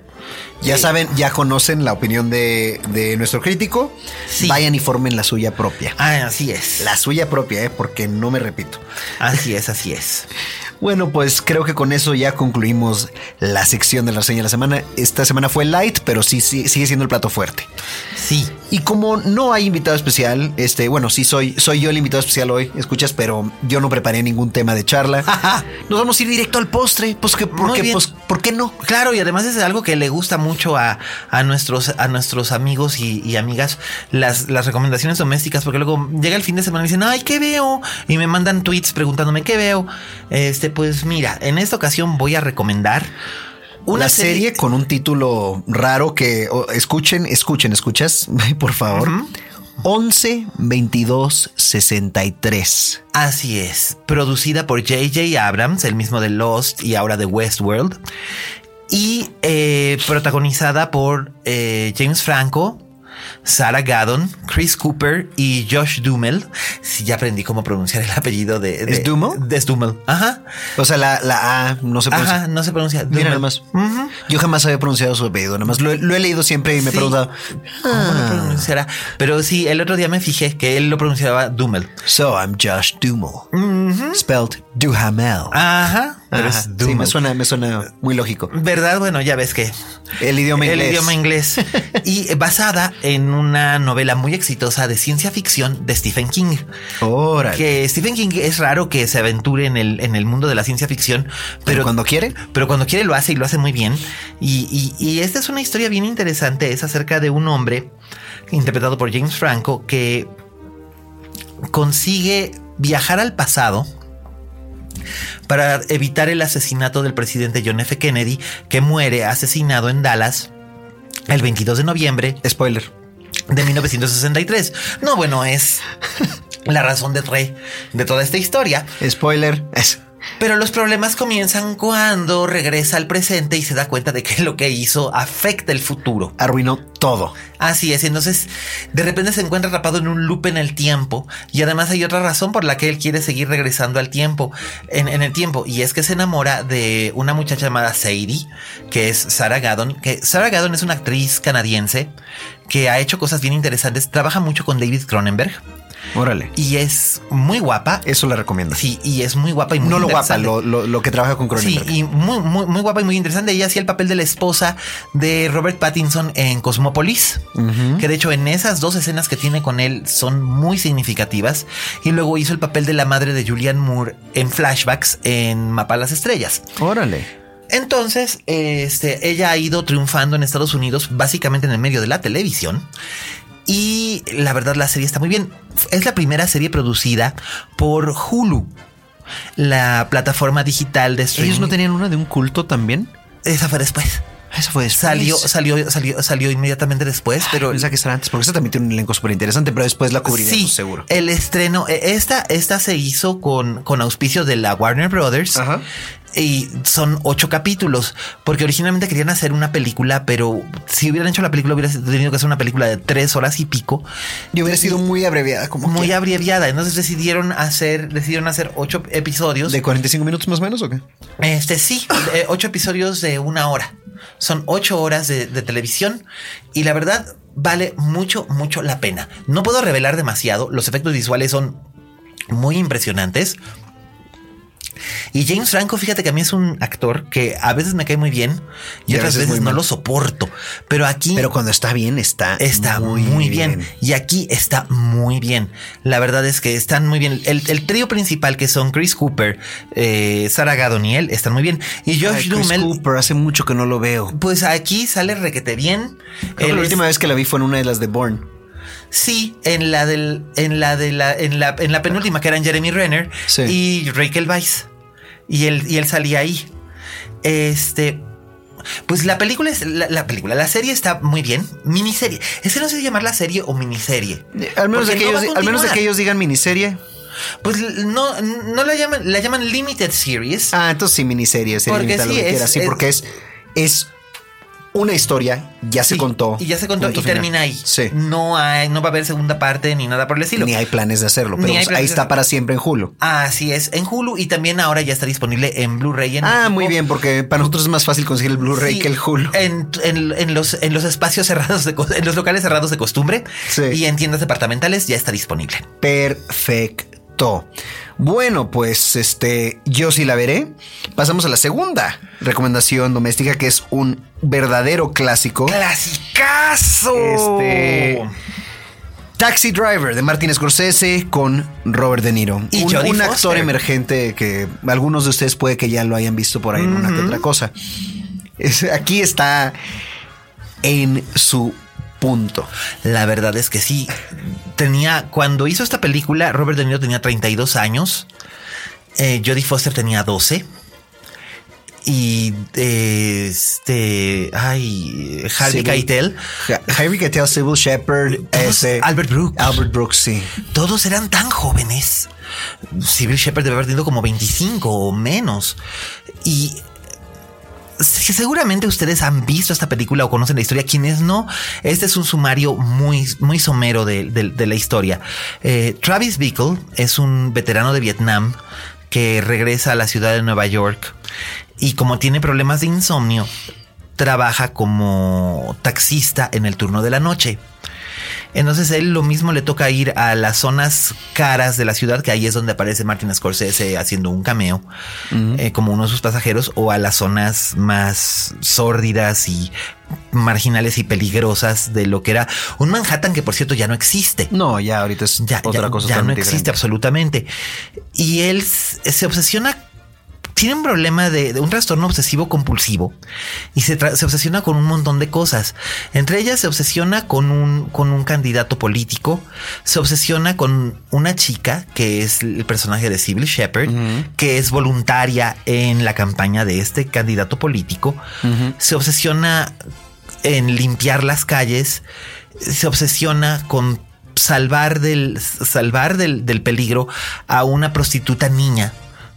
[SPEAKER 4] Ya saben, ya conocen la opinión de, de nuestro crítico.
[SPEAKER 3] Sí.
[SPEAKER 4] Vayan y formen la suya propia.
[SPEAKER 3] Ah, así es.
[SPEAKER 4] La suya propia, ¿eh? porque no me repito.
[SPEAKER 3] Así es, así es.
[SPEAKER 4] Bueno, pues creo que con eso ya concluimos la sección de la reseña de la semana. Esta semana fue light, pero sí, sí sigue siendo el plato fuerte.
[SPEAKER 3] Sí.
[SPEAKER 4] Y como no hay invitado especial, este, bueno, sí soy, soy yo el invitado especial hoy, escuchas, pero yo no preparé ningún tema de charla. Nos vamos a ir directo al postre, pues que,
[SPEAKER 3] Muy
[SPEAKER 4] porque,
[SPEAKER 3] bien.
[SPEAKER 4] pues, ¿por qué no?
[SPEAKER 3] Claro, y además es algo que le gusta mucho a, a nuestros, a nuestros amigos y, y amigas, las, las recomendaciones domésticas, porque luego llega el fin de semana y dicen, ay, ¿qué veo? Y me mandan tweets preguntándome, ¿qué veo? Este, pues mira, en esta ocasión voy a recomendar
[SPEAKER 4] Una serie, con un título raro que o, escuchen, escuchen, escuchas, por favor. 11 22 63.
[SPEAKER 3] Así es, producida por J.J. Abrams, el mismo de Lost y ahora de Westworld, y eh, protagonizada por eh, James Franco, Sarah Gaddon, Chris Cooper y Josh Duhamel. Si ya aprendí cómo pronunciar el apellido de... de-
[SPEAKER 4] ¿Es Duhamel?
[SPEAKER 3] de- es Duhamel, ajá.
[SPEAKER 4] O sea, la, la A no se pronuncia.
[SPEAKER 3] Ajá, no se pronuncia.
[SPEAKER 4] Mira
[SPEAKER 3] Duhamel.
[SPEAKER 4] nada más.
[SPEAKER 3] Ujú.
[SPEAKER 4] Yo jamás había pronunciado su apellido, nada más lo, he- lo he leído siempre y me he
[SPEAKER 3] Sí.
[SPEAKER 4] preguntado.
[SPEAKER 3] ¿Cómo
[SPEAKER 4] Ah.
[SPEAKER 3] lo pronunciará? Pero sí, el otro día me fijé que él lo pronunciaba Duhamel.
[SPEAKER 4] So I'm Josh Duhamel. Spelled Duhamel.
[SPEAKER 3] Ajá, Ah, pero
[SPEAKER 4] Ajá,
[SPEAKER 3] es
[SPEAKER 4] sí, me
[SPEAKER 3] Duhamel.
[SPEAKER 4] suena, me suena muy lógico.
[SPEAKER 3] ¿Verdad? Bueno, ya ves que
[SPEAKER 4] El idioma
[SPEAKER 3] el
[SPEAKER 4] inglés.
[SPEAKER 3] idioma inglés. y eh, basada en una novela muy exitosa de ciencia ficción de Stephen King.
[SPEAKER 4] Órale.
[SPEAKER 3] Que Stephen King es raro que se aventure en el, en el mundo de la ciencia ficción, pero
[SPEAKER 4] Pero cuando quiere.
[SPEAKER 3] pero cuando quiere lo hace y lo hace muy bien. Y, y- y esta es una historia bien interesante. Es acerca de un hombre interpretado por James Franco que consigue viajar al pasado para evitar el asesinato del presidente John F. Kennedy, que muere asesinado en Dallas el 22 de noviembre
[SPEAKER 4] Spoiler.
[SPEAKER 3] de 1963. No, bueno, es la razón de re de toda esta historia.
[SPEAKER 4] Spoiler. Es-
[SPEAKER 3] Pero los problemas comienzan cuando regresa al presente y se da cuenta de que lo que hizo afecta el futuro.
[SPEAKER 4] arruinó todo.
[SPEAKER 3] Así es, entonces de repente se encuentra atrapado en un loop en el tiempo y además hay otra razón por la que él quiere seguir regresando al tiempo, en, en el tiempo, y es que se enamora de una muchacha llamada Sadie, que es Sarah Gaddon, que Sarah Gaddon es una actriz canadiense que ha hecho cosas bien interesantes, trabaja mucho con David Cronenberg
[SPEAKER 4] Órale.
[SPEAKER 3] y es muy guapa.
[SPEAKER 4] Eso la recomiendo.
[SPEAKER 3] Sí, y es muy guapa y muy
[SPEAKER 4] no lo guapa,
[SPEAKER 3] interesante.
[SPEAKER 4] lo, lo- lo que trabaja con Cronenberg.
[SPEAKER 3] Sí, y muy, muy, muy guapa y muy interesante. Ella hacía el papel de la esposa de Robert Pattinson en Cosmópolis, que de hecho en esas dos escenas que tiene con él son muy significativas. Y luego hizo el papel de la madre de Julianne Moore en flashbacks en Mapa a las Estrellas.
[SPEAKER 4] Órale.
[SPEAKER 3] Entonces, este, ella ha ido triunfando en Estados Unidos, básicamente en el medio de la televisión. Y la verdad, la serie está muy bien. Es la primera serie producida por Hulu, la plataforma digital de streaming.
[SPEAKER 4] ¿Ellos no tenían una de un culto también?
[SPEAKER 3] Esa Ah, fue después.
[SPEAKER 4] Eso fue después.
[SPEAKER 3] Salió, salió, salió, salió inmediatamente después, pero.
[SPEAKER 4] Pensaba que estará antes, porque esa también tiene un elenco súper interesante, pero después la cubriremos
[SPEAKER 3] Sí,
[SPEAKER 4] seguro.
[SPEAKER 3] el estreno, eh, esta, esta se hizo con, con auspicio de la Warner Brothers
[SPEAKER 4] Ajá.
[SPEAKER 3] y son ocho capítulos, porque originalmente querían hacer una película, pero si hubieran hecho la película hubiera tenido que hacer una película de tres horas y pico,
[SPEAKER 4] Yo hubiera sido muy abreviada, como
[SPEAKER 3] muy
[SPEAKER 4] que-
[SPEAKER 3] abreviada, entonces decidieron hacer, decidieron hacer ocho episodios.
[SPEAKER 4] ¿De 45 minutos más o menos o qué?
[SPEAKER 3] Este sí, eh, ocho episodios de una hora. Son ocho horas de, de televisión y la verdad vale mucho, mucho la pena. No puedo revelar demasiado, los efectos visuales son muy impresionantes. Y James Franco, fíjate que a mí es un actor que a veces me cae muy bien y,
[SPEAKER 4] Y a
[SPEAKER 3] otras
[SPEAKER 4] veces
[SPEAKER 3] veces,
[SPEAKER 4] muy
[SPEAKER 3] no
[SPEAKER 4] mal.
[SPEAKER 3] lo soporto. Pero aquí
[SPEAKER 4] Pero cuando está bien, está.
[SPEAKER 3] está muy, bien. Y aquí está muy bien. La verdad es que están muy bien. El, el trío principal que son Chris Cooper, eh, Sarah Gaddon y él están muy bien. Y
[SPEAKER 4] Ay,
[SPEAKER 3] Josh
[SPEAKER 4] Chris
[SPEAKER 3] Duhamel,
[SPEAKER 4] Cooper, hace mucho que no lo veo.
[SPEAKER 3] pues aquí sale requete bien.
[SPEAKER 4] Creo que
[SPEAKER 3] Él
[SPEAKER 4] la
[SPEAKER 3] es-
[SPEAKER 4] última vez que la vi fue en una de las de Bourne.
[SPEAKER 3] Sí, en la del, en la de la, en la, en la penúltima que eran Jeremy Renner
[SPEAKER 4] Sí.
[SPEAKER 3] y Rachel Weisz. Y él, y él salía ahí. Este. Pues la película es la, la película, la serie está muy bien. Miniserie. Ese no sé si llamarla serie o miniserie.
[SPEAKER 4] Al menos, de
[SPEAKER 3] Porque
[SPEAKER 4] que,
[SPEAKER 3] Eh, no va
[SPEAKER 4] ellos,
[SPEAKER 3] a
[SPEAKER 4] al menos de
[SPEAKER 3] continuar.
[SPEAKER 4] que ellos digan miniserie.
[SPEAKER 3] Pues l- no, no la llaman, la llaman Limited Series.
[SPEAKER 4] Ah, entonces sí, miniserie, serie
[SPEAKER 3] Porque
[SPEAKER 4] limitada, lo
[SPEAKER 3] sí,
[SPEAKER 4] que
[SPEAKER 3] es-
[SPEAKER 4] quiera. Sí,
[SPEAKER 3] es-
[SPEAKER 4] porque es, es una historia, ya se
[SPEAKER 3] Y-
[SPEAKER 4] contó.
[SPEAKER 3] Y ya se contó y
[SPEAKER 4] punto final.
[SPEAKER 3] termina ahí.
[SPEAKER 4] Sí.
[SPEAKER 3] No, hay, no va a haber segunda parte ni nada por el estilo.
[SPEAKER 4] Ni hay planes de hacerlo,
[SPEAKER 3] Ni
[SPEAKER 4] pero
[SPEAKER 3] hay
[SPEAKER 4] pues, ahí
[SPEAKER 3] planes de
[SPEAKER 4] está
[SPEAKER 3] hacerlo.
[SPEAKER 4] para siempre en Hulu.
[SPEAKER 3] Así es, en Hulu y también ahora ya está disponible en Blu-ray. en
[SPEAKER 4] Ah,
[SPEAKER 3] México.
[SPEAKER 4] muy bien, porque para nosotros es más fácil conseguir el Blu-ray
[SPEAKER 3] Sí, Eh.
[SPEAKER 4] que el Hulu.
[SPEAKER 3] En, en- en los, en los espacios cerrados, de, co- en los locales cerrados de costumbre
[SPEAKER 4] Sí.
[SPEAKER 3] y en tiendas departamentales ya está disponible.
[SPEAKER 4] Perfecto. Bueno, pues este, yo sí la veré. Pasamos a la segunda recomendación doméstica, que es un verdadero clásico.
[SPEAKER 3] ¡Clasicazo!
[SPEAKER 4] Este, Taxi Driver de Martin Scorsese con Robert De Niro.
[SPEAKER 3] Y
[SPEAKER 4] un,
[SPEAKER 3] Jodie
[SPEAKER 4] un
[SPEAKER 3] Foster.
[SPEAKER 4] actor emergente que algunos de ustedes puede que ya lo hayan visto por ahí en una que otra cosa. Es- aquí está en su punto.
[SPEAKER 3] La verdad es que sí. Tenía, cuando hizo esta película, Robert De Niro tenía 32 años. eh, Jodie Foster tenía 12. Y eh, este. Ay, Harvey
[SPEAKER 4] Sybil-
[SPEAKER 3] Keitel.
[SPEAKER 4] Ja- Harvey Keitel, Sybil Shepherd, este,
[SPEAKER 3] Todos-
[SPEAKER 4] ese-
[SPEAKER 3] Albert Brooks.
[SPEAKER 4] Albert Brooks, sí.
[SPEAKER 3] Todos eran tan jóvenes. Civil Shepard debe haber tenido como 25 o menos. Y se- seguramente ustedes han visto esta película o conocen la historia. Quienes no, este es un sumario muy, muy somero de, de- de la historia. Eh, Travis Bickle es un veterano de Vietnam que regresa a la ciudad de Nueva York y como tiene problemas de insomnio, trabaja como taxista en el turno de la noche. Entonces él lo mismo le toca ir a las zonas caras de la ciudad, que ahí es donde aparece Martin Scorsese haciendo un cameo, eh, como uno de sus pasajeros, o a las zonas más sórdidas y marginales y peligrosas de lo que era un Manhattan que por cierto ya no existe
[SPEAKER 4] No, ya ahorita es
[SPEAKER 3] ya,
[SPEAKER 4] otra
[SPEAKER 3] ya-
[SPEAKER 4] cosa.
[SPEAKER 3] ya no
[SPEAKER 4] totalmente
[SPEAKER 3] existe
[SPEAKER 4] diferente.
[SPEAKER 3] absolutamente. Y él s- se obsesiona, tiene un problema de, de un trastorno obsesivo compulsivo y se, tra- se obsesiona con un montón de cosas. Entre ellas se obsesiona con un, con un candidato político, se obsesiona con una chica que es el personaje de Sybil Shepherd, que es voluntaria en la campaña de este candidato político, se obsesiona en limpiar las calles, se obsesiona con salvar del, salvar del, del peligro a una prostituta niña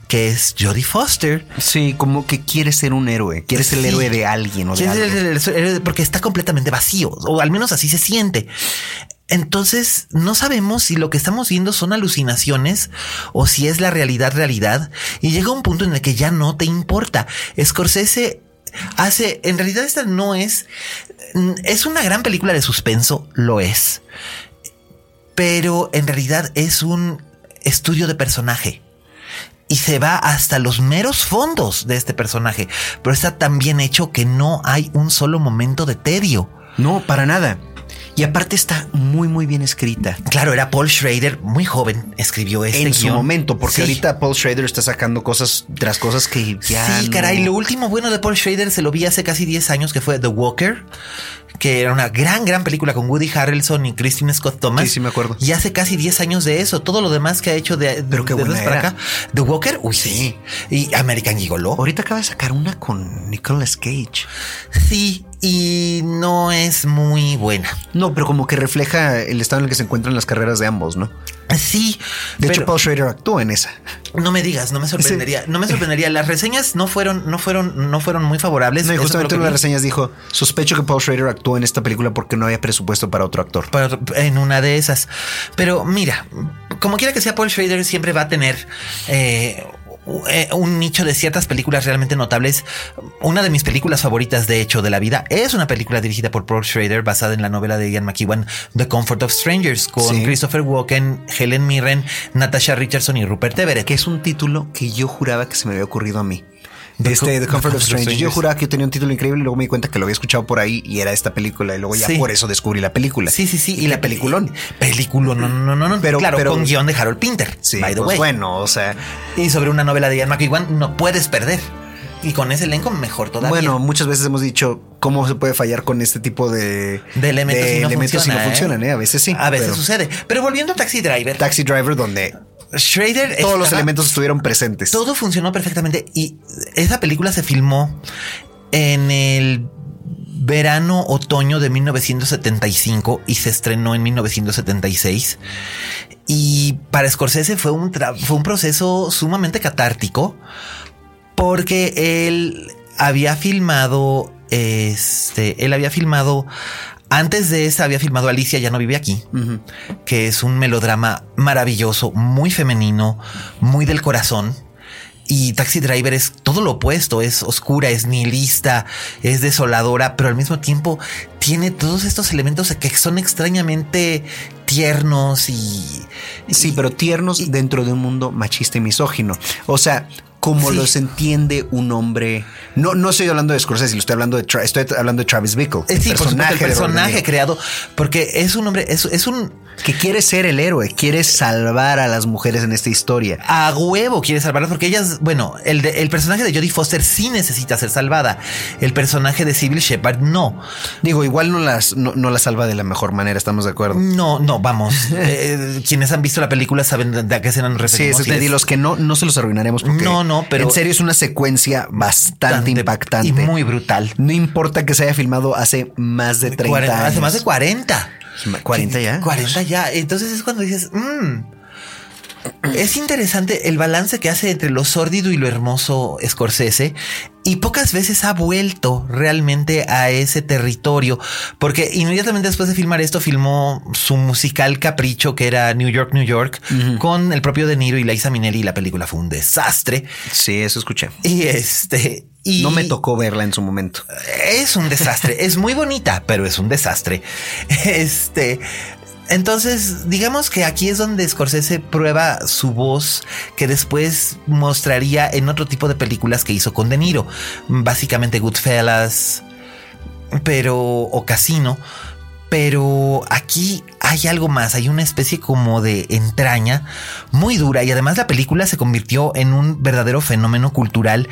[SPEAKER 3] que es Jodie Foster.
[SPEAKER 4] Sí, como que quiere ser un héroe. Quiere ser el
[SPEAKER 3] Sí.
[SPEAKER 4] héroe de alguien o de
[SPEAKER 3] ¿Quién es
[SPEAKER 4] algo.
[SPEAKER 3] el- el- el- el- porque está completamente vacío, o al menos así se siente. Entonces, no sabemos si lo que estamos viendo son alucinaciones o si es la realidad, realidad. Y llega un punto en el que ya no te importa. Scorsese hace, en realidad esta no es, mm, es una gran película de suspenso, lo es. Pero en realidad es un estudio de personaje y se va hasta los meros fondos de este personaje, pero está tan bien hecho que no hay un solo momento de tedio.
[SPEAKER 4] No, para nada. Y aparte está muy, muy bien escrita.
[SPEAKER 3] Claro, era Paul Schrader, muy joven, escribió este
[SPEAKER 4] en su
[SPEAKER 3] guión.
[SPEAKER 4] momento, porque
[SPEAKER 3] Sí.
[SPEAKER 4] ahorita Paul Schrader está sacando cosas tras cosas que ya.
[SPEAKER 3] sí,
[SPEAKER 4] no-
[SPEAKER 3] caray, lo último bueno de Paul Schrader se lo vi hace casi 10 años que fue The Walker, que era una gran, gran película con Woody Harrelson y Christine Scott Thomas.
[SPEAKER 4] Sí, sí, me acuerdo.
[SPEAKER 3] Y hace casi 10 años de eso, todo lo demás que ha hecho de,
[SPEAKER 4] Pero qué
[SPEAKER 3] de
[SPEAKER 4] buena
[SPEAKER 3] dos para
[SPEAKER 4] era. Oh.
[SPEAKER 3] acá. The Walker, uy, sí. Y American Gigolo.
[SPEAKER 4] Ahorita acaba de sacar una con Nicolas Cage.
[SPEAKER 3] Sí, y no es muy buena.
[SPEAKER 4] No, pero como que refleja el estado en el que se encuentran las carreras de ambos, ¿no?
[SPEAKER 3] Sí,
[SPEAKER 4] De hecho,
[SPEAKER 3] pero-
[SPEAKER 4] Paul Schrader actúa en esa.
[SPEAKER 3] No me digas, no me sorprendería, no me sorprendería. Las reseñas no fueron, no fueron, no fueron muy favorables.
[SPEAKER 4] No, y
[SPEAKER 3] Eso
[SPEAKER 4] justamente
[SPEAKER 3] fue
[SPEAKER 4] en las
[SPEAKER 3] lo que
[SPEAKER 4] reseñas dijo: Sospecho que Paul Schrader actuó en esta película porque no había presupuesto para otro actor.
[SPEAKER 3] vi. Pero en una de esas. Pero mira, como quiera que sea, Paul Schrader siempre va a tener eh, u- eh, un nicho de ciertas películas realmente notables. Una de mis películas favoritas, de hecho, de la vida es una película dirigida por Paul Schrader basada en la novela de Ian McEwan, The Comfort of Strangers, con
[SPEAKER 4] Sí.
[SPEAKER 3] Christopher Walken, Helen Mirren, Natasha Richardson y Rupert Everett.
[SPEAKER 4] Que es un título que yo juraba que se me había ocurrido a mí.
[SPEAKER 3] The
[SPEAKER 4] Este,
[SPEAKER 3] Co-
[SPEAKER 4] The Comfort of Strangers. Yo juraba que tenía un título increíble y luego me di cuenta que lo había escuchado por ahí y era esta película. Y luego ya
[SPEAKER 3] Sí.
[SPEAKER 4] por eso descubrí la película.
[SPEAKER 3] Sí, sí, sí.
[SPEAKER 4] Y la peliculón.
[SPEAKER 3] Peliculón, no, no, no, no. Pero,
[SPEAKER 4] Pero-
[SPEAKER 3] claro,
[SPEAKER 4] pero-
[SPEAKER 3] con guión de Harold Pinter.
[SPEAKER 4] Sí,
[SPEAKER 3] by the
[SPEAKER 4] pues
[SPEAKER 3] way.
[SPEAKER 4] bueno, o sea,
[SPEAKER 3] Y sobre una novela de Ian McEwan, no puedes perder. Y con ese elenco, mejor todavía.
[SPEAKER 4] bueno, muchas veces hemos dicho cómo se puede fallar con este tipo de,
[SPEAKER 3] de elementos,
[SPEAKER 4] de
[SPEAKER 3] y no
[SPEAKER 4] elementos si
[SPEAKER 3] funciona, ¿eh?
[SPEAKER 4] funcionan, ¿eh? A veces sí.
[SPEAKER 3] A veces
[SPEAKER 4] pero
[SPEAKER 3] sucede. Pero volviendo a Taxi Driver,
[SPEAKER 4] Taxi Driver, donde
[SPEAKER 3] Schrader.
[SPEAKER 4] todos los
[SPEAKER 3] estaba-
[SPEAKER 4] elementos estuvieron presentes.
[SPEAKER 3] Todo funcionó perfectamente. Y esa película se filmó en el verano otoño de 1975 y se estrenó en 1976. Y para Scorsese fue un, tra- fue un proceso sumamente catártico porque él había filmado, este, él había filmado, antes de esa había filmado Alicia, ya no vive aquí, que es un melodrama maravilloso, muy femenino, muy del corazón. Y Taxi Driver es todo lo opuesto, es oscura, es nihilista, es desoladora, pero al mismo tiempo tiene todos estos elementos que son extrañamente tiernos y...
[SPEAKER 4] Sí, pero tiernos dentro de un mundo machista y misógino. O sea, como
[SPEAKER 3] Sí.
[SPEAKER 4] los entiende un hombre. No, no estoy hablando de Scorsese, lo estoy hablando de Tra- estoy hablando de Travis Bickle.
[SPEAKER 3] Eh, Sí, por supuesto, el
[SPEAKER 4] de Robert De
[SPEAKER 3] personaje
[SPEAKER 4] Niro.
[SPEAKER 3] creado, porque es un hombre, es, es un
[SPEAKER 4] que quiere ser el héroe, quiere salvar a las mujeres en esta historia.
[SPEAKER 3] a huevo quiere salvarlas porque ellas, bueno, el, de- el personaje de Jodie Foster sí necesita ser salvada. El personaje de Sybil Shepard no.
[SPEAKER 4] Digo, igual no las, no, no las salva de la mejor manera, estamos de acuerdo.
[SPEAKER 3] No, no, vamos. Eh, quienes han visto la película saben de, de a qué escena nos
[SPEAKER 4] Sí,
[SPEAKER 3] referimos.
[SPEAKER 4] eso te
[SPEAKER 3] y
[SPEAKER 4] di
[SPEAKER 3] es
[SPEAKER 4] los que no, no se los arruinaremos porque
[SPEAKER 3] No, no, pero-
[SPEAKER 4] en serio es una secuencia bastante
[SPEAKER 3] bastante
[SPEAKER 4] impactante.
[SPEAKER 3] Y muy brutal.
[SPEAKER 4] No importa que se haya filmado hace más de 30
[SPEAKER 3] Cuaren-
[SPEAKER 4] años.
[SPEAKER 3] Hace más de 40.
[SPEAKER 4] 40 ya.
[SPEAKER 3] 40 ya. Entonces es cuando dices, "Mm". es interesante el balance que hace entre lo sórdido y lo hermoso Scorsese. Y pocas veces ha vuelto realmente a ese territorio, porque inmediatamente después de filmar esto, filmó su musical Capricho, que era New York, New York, con el propio De Niro y Liza Minnelli. Y la película fue un desastre.
[SPEAKER 4] Sí, eso escuché.
[SPEAKER 3] Y este. Y
[SPEAKER 4] No me tocó verla en su momento.
[SPEAKER 3] es un desastre. es muy bonita, pero es un desastre. Este. Entonces, digamos que aquí es donde Scorsese prueba su voz que después mostraría en otro tipo de películas que hizo con De Niro. Básicamente Goodfellas, pero. o Casino. Pero aquí hay algo más, hay una especie como de entraña muy dura y además la película se convirtió en un verdadero fenómeno cultural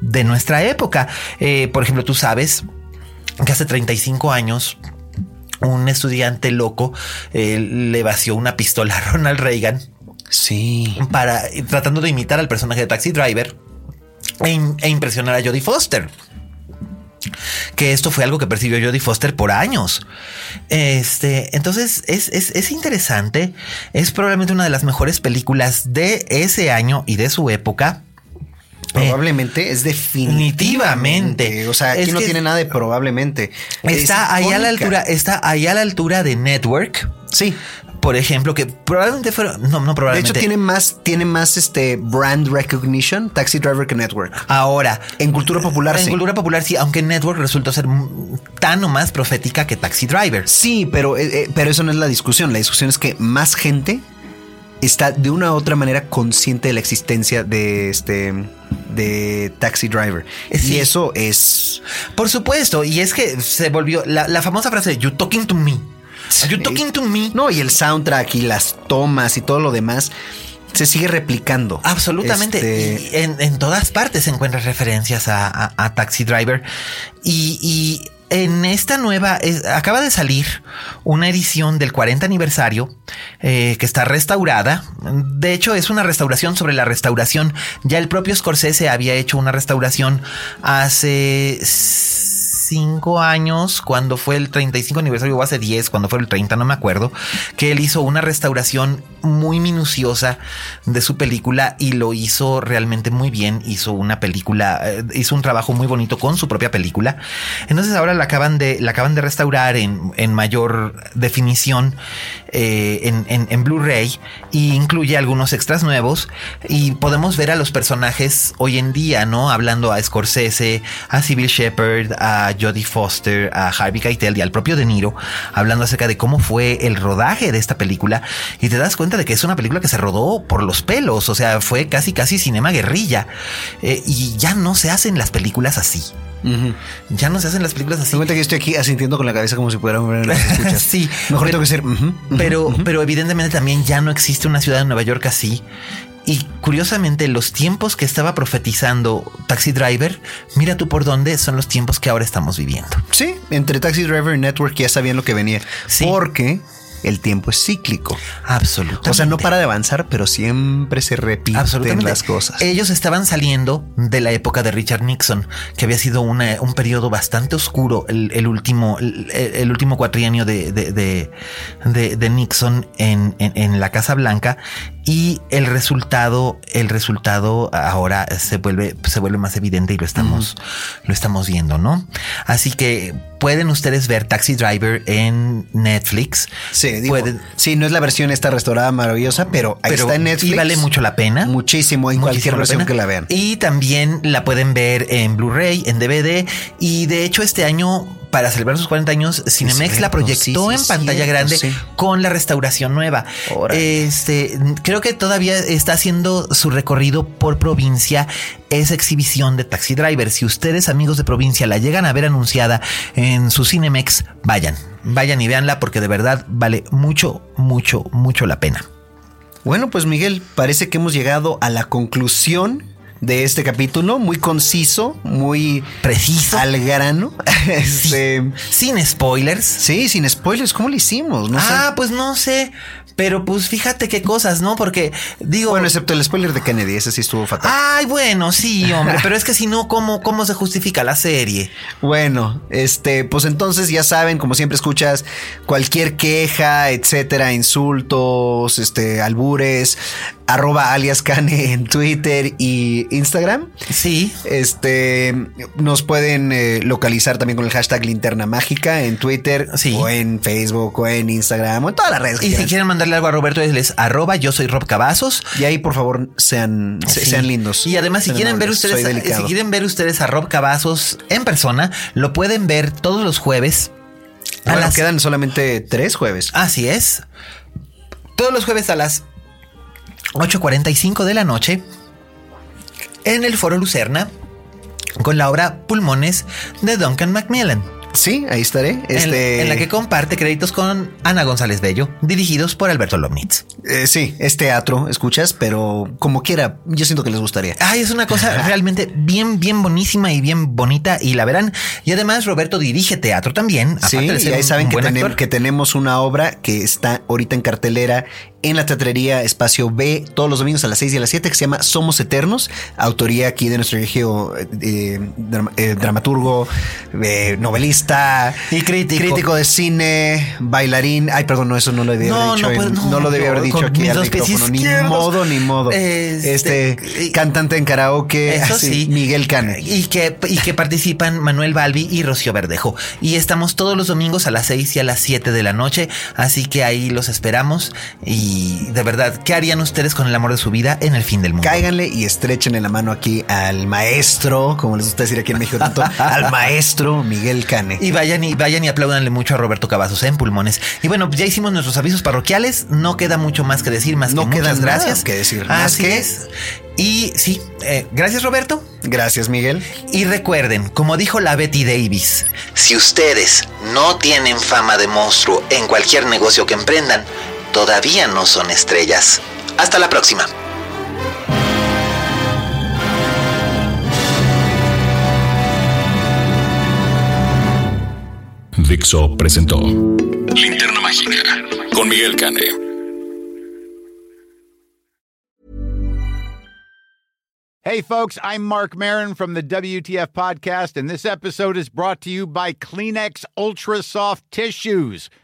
[SPEAKER 3] de nuestra época. Eh, por ejemplo, tú sabes que hace 35 años un estudiante loco eh, le vació una pistola a Ronald Reagan
[SPEAKER 4] Sí.
[SPEAKER 3] para tratando de imitar al personaje de Taxi Driver e, im- e impresionar a Jodie Foster. Que esto fue algo que percibió Jodie Foster por años. Este, entonces es, es- es interesante. Es probablemente una de las mejores películas de ese año y de su época.
[SPEAKER 4] Probablemente es definitivamente.
[SPEAKER 3] Definitivamente.
[SPEAKER 4] O sea, aquí
[SPEAKER 3] Es
[SPEAKER 4] no
[SPEAKER 3] que-
[SPEAKER 4] tiene nada de probablemente. Es
[SPEAKER 3] Está ahí a
[SPEAKER 4] icónica.
[SPEAKER 3] la altura, está ahí a la altura de Network,
[SPEAKER 4] Sí.
[SPEAKER 3] por ejemplo, que probablemente fueron, no, no
[SPEAKER 4] De hecho,
[SPEAKER 3] probablemente.
[SPEAKER 4] tiene más, tiene más este brand recognition, Taxi Driver que Network.
[SPEAKER 3] Ahora,
[SPEAKER 4] En cultura popular,
[SPEAKER 3] en
[SPEAKER 4] sí.
[SPEAKER 3] cultura popular sí, aunque Network resultó ser mm, tan o más profética que Taxi Driver.
[SPEAKER 4] Sí, pero, eh, eh, pero eso no es la discusión. La discusión es que más gente está de una u otra manera consciente de la existencia de este de Taxi Driver. Y
[SPEAKER 3] Sí.
[SPEAKER 4] eso es
[SPEAKER 3] Por supuesto, y es que se volvió la, la famosa frase de You talking to me. You talking to me.
[SPEAKER 4] No, y el soundtrack y las tomas y todo lo demás se sigue replicando.
[SPEAKER 3] Absolutamente.
[SPEAKER 4] Este,
[SPEAKER 3] Y en, en todas partes se encuentran referencias a, a- a Taxi Driver. Y, y en esta nueva, es- acaba de salir una edición del 40 aniversario eh, que está restaurada. De hecho, es una restauración sobre la restauración. Ya el propio Scorsese había hecho una restauración hace cinco años, cuando fue el 35 aniversario, o hace 10, cuando fue el 30, no me acuerdo, que él hizo una restauración muy minuciosa de su película y lo hizo realmente muy bien. Hizo una película, eh, hizo un trabajo muy bonito con su propia película. Entonces ahora la acaban de, la acaban de restaurar en, en mayor definición eh, en, en- en Blu-ray y incluye algunos extras nuevos y podemos ver a los personajes hoy en día, ¿no? Hablando a Scorsese, a Sybil Shepard, a Jodie Foster, a Harvey Keitel y al propio De Niro, hablando acerca de cómo fue el rodaje de esta película y te das cuenta de que es una película que se rodó por los pelos, o sea, fue casi casi cinema guerrilla Eh, y ya no se hacen las películas así.
[SPEAKER 4] ujú.
[SPEAKER 3] Ya no se hacen las películas
[SPEAKER 4] Me
[SPEAKER 3] así.
[SPEAKER 4] doy cuenta que yo estoy aquí asintiendo con la cabeza como si pudiera ver en las escuchas.
[SPEAKER 3] Sí.
[SPEAKER 4] Mejor tengo que ser. ujú, ujú,
[SPEAKER 3] Pero,
[SPEAKER 4] ujú.
[SPEAKER 3] pero evidentemente también ya no existe una ciudad de Nueva York así. Y curiosamente, los tiempos que estaba profetizando Taxi Driver, mira tú por dónde son los tiempos que ahora estamos viviendo.
[SPEAKER 4] Sí, entre Taxi Driver y Network ya sabían lo que venía.
[SPEAKER 3] Sí.
[SPEAKER 4] Porque el tiempo es cíclico.
[SPEAKER 3] Absolutamente.
[SPEAKER 4] O sea, no para de avanzar, pero siempre se repiten
[SPEAKER 3] Absolutamente. Eh,
[SPEAKER 4] las cosas.
[SPEAKER 3] Ellos estaban saliendo de la época de Richard Nixon, que había sido una- un periodo bastante oscuro, el, el último, el, el último cuatrienio de, de- de- de- de Nixon en, en- en la Casa Blanca. Y el resultado, el resultado ahora se vuelve, se vuelve más evidente y lo estamos, lo estamos viendo, ¿no? Así que pueden ustedes ver Taxi Driver en Netflix.
[SPEAKER 4] Sí, digo,
[SPEAKER 3] Pueden-
[SPEAKER 4] sí, no es la versión esta restaurada maravillosa, pero ahí
[SPEAKER 3] pero
[SPEAKER 4] está en Netflix.
[SPEAKER 3] y vale mucho la pena.
[SPEAKER 4] Muchísimo en cualquier
[SPEAKER 3] Muchísimo la
[SPEAKER 4] versión
[SPEAKER 3] pena.
[SPEAKER 4] que la vean.
[SPEAKER 3] Y también la pueden ver en Blu-ray, en DVD. Y de hecho, este año para celebrar sus 40 años, Cinemex
[SPEAKER 4] cierto,
[SPEAKER 3] la proyectó
[SPEAKER 4] sí, sí,
[SPEAKER 3] en
[SPEAKER 4] es
[SPEAKER 3] pantalla
[SPEAKER 4] cierto,
[SPEAKER 3] grande
[SPEAKER 4] sí.
[SPEAKER 3] con la restauración nueva.
[SPEAKER 4] Órale.
[SPEAKER 3] Este, creo que todavía está haciendo su recorrido por provincia esa exhibición de Taxi Driver. Si ustedes, amigos de provincia, la llegan a ver anunciada en su Cinemex, vayan, vayan y véanla porque de verdad vale mucho, mucho, mucho la pena.
[SPEAKER 4] Bueno, pues Miguel, parece que hemos llegado a la conclusión de este capítulo, muy conciso, muy
[SPEAKER 3] Preciso.
[SPEAKER 4] al grano. Este,
[SPEAKER 3] Sin spoilers.
[SPEAKER 4] sí, sin spoilers, ¿cómo lo hicimos? No sé.
[SPEAKER 3] ah, pues no sé, pero pues fíjate qué cosas, ¿no? Porque digo... pues Ah.
[SPEAKER 4] Bueno, excepto el spoiler de Kennedy, ese sí estuvo fatal.
[SPEAKER 3] Ay, bueno, sí, hombre, pero es que si no, ¿cómo, cómo se justifica la serie?
[SPEAKER 4] Bueno, este, pues entonces ya saben, como siempre escuchas, cualquier queja, etcétera, insultos, este, albures, arroba alias Cane en Twitter y Instagram.
[SPEAKER 3] Sí.
[SPEAKER 4] Este, nos pueden eh, localizar también con el hashtag linterna mágica en Twitter,
[SPEAKER 3] Sí.
[SPEAKER 4] o en Facebook, o en Instagram, o en todas las redes. que
[SPEAKER 3] Y si
[SPEAKER 4] quieran.
[SPEAKER 3] quieren mandarle algo a Roberto, es arroba, yo soy Rob Cavazos.
[SPEAKER 4] Y ahí, por favor, sean, se-
[SPEAKER 3] Sí.
[SPEAKER 4] sean lindos.
[SPEAKER 3] Y además, si
[SPEAKER 4] Sean
[SPEAKER 3] quieren ver
[SPEAKER 4] amables.
[SPEAKER 3] ustedes,
[SPEAKER 4] Soy
[SPEAKER 3] si
[SPEAKER 4] delicado.
[SPEAKER 3] quieren ver ustedes a Rob Cavazos en persona, lo pueden ver todos los jueves. A
[SPEAKER 4] Ah, Bueno,
[SPEAKER 3] las- Ah.
[SPEAKER 4] quedan solamente tres jueves.
[SPEAKER 3] Así es. Todos los jueves a las 8.45 de la noche en el Foro Lucerna con la obra Pulmones de Duncan Macmillan.
[SPEAKER 4] Sí, ahí estaré.
[SPEAKER 3] en-
[SPEAKER 4] Este,
[SPEAKER 3] en, la que comparte créditos con Ana González Bello, dirigidos por Alberto Lomnitz.
[SPEAKER 4] Eh, sí, es teatro, escuchas, pero como quiera, yo siento que les gustaría.
[SPEAKER 3] Ay, es una cosa realmente bien, bien buenísima y bien bonita y la verán. Y además Roberto dirige teatro también. aparte
[SPEAKER 4] Sí,
[SPEAKER 3] de
[SPEAKER 4] y
[SPEAKER 3] ser
[SPEAKER 4] ahí
[SPEAKER 3] un-
[SPEAKER 4] saben
[SPEAKER 3] un
[SPEAKER 4] que,
[SPEAKER 3] buen
[SPEAKER 4] tenem-
[SPEAKER 3] actor.
[SPEAKER 4] que tenemos una obra que está ahorita en cartelera en la teatrería Espacio B todos los domingos a las 6 y a las 7 que se llama Somos Eternos, autoría aquí de nuestro regio eh, eh, drama- eh, dramaturgo, eh, novelista
[SPEAKER 3] Y crítico.
[SPEAKER 4] de cine, bailarín. Ay, perdón, no, eso no lo debía
[SPEAKER 3] No,
[SPEAKER 4] haber dicho.
[SPEAKER 3] no, pues,
[SPEAKER 4] en-
[SPEAKER 3] no,
[SPEAKER 4] lo debía
[SPEAKER 3] yo
[SPEAKER 4] haber dicho
[SPEAKER 3] con
[SPEAKER 4] aquí
[SPEAKER 3] mis
[SPEAKER 4] al
[SPEAKER 3] dos pies
[SPEAKER 4] micrófono. Ni
[SPEAKER 3] izquierdos.
[SPEAKER 4] modo, ni modo. Este,
[SPEAKER 3] Este, y-
[SPEAKER 4] cantante en karaoke,
[SPEAKER 3] Eso
[SPEAKER 4] así,
[SPEAKER 3] sí.
[SPEAKER 4] Miguel Cane.
[SPEAKER 3] Y que, y que participan Manuel Balbi y Rocío Verdejo. Y estamos todos los domingos a las 6 y a las 7 de la noche. Así que ahí los esperamos. Y de verdad, ¿qué harían ustedes con el amor de su vida en el fin del mundo?
[SPEAKER 4] Cáiganle y estrechenle la mano aquí al maestro, como les gusta decir aquí en México tanto, al maestro Miguel Cane.
[SPEAKER 3] Y vayan y vayan y apláudanle mucho a Roberto Cavazos en pulmones. Y bueno, ya hicimos nuestros avisos parroquiales. No queda mucho más que decir, más
[SPEAKER 4] No
[SPEAKER 3] que
[SPEAKER 4] queda
[SPEAKER 3] muchas
[SPEAKER 4] nada
[SPEAKER 3] gracias.
[SPEAKER 4] que decir,
[SPEAKER 3] Así
[SPEAKER 4] más que-
[SPEAKER 3] es. Y sí, eh, gracias Roberto.
[SPEAKER 4] Gracias, Miguel.
[SPEAKER 3] Y recuerden, como dijo la Betty Davis,
[SPEAKER 5] Si ustedes no tienen fama de monstruo en cualquier negocio que emprendan, todavía no son estrellas. Hasta la próxima.
[SPEAKER 1] Dixo presentó Linterna Mágica con Miguel Cane.
[SPEAKER 6] Hey, folks, I'm Mark Marin from the WTF Podcast, and this episode is brought to you by Kleenex Ultra Soft Tissues,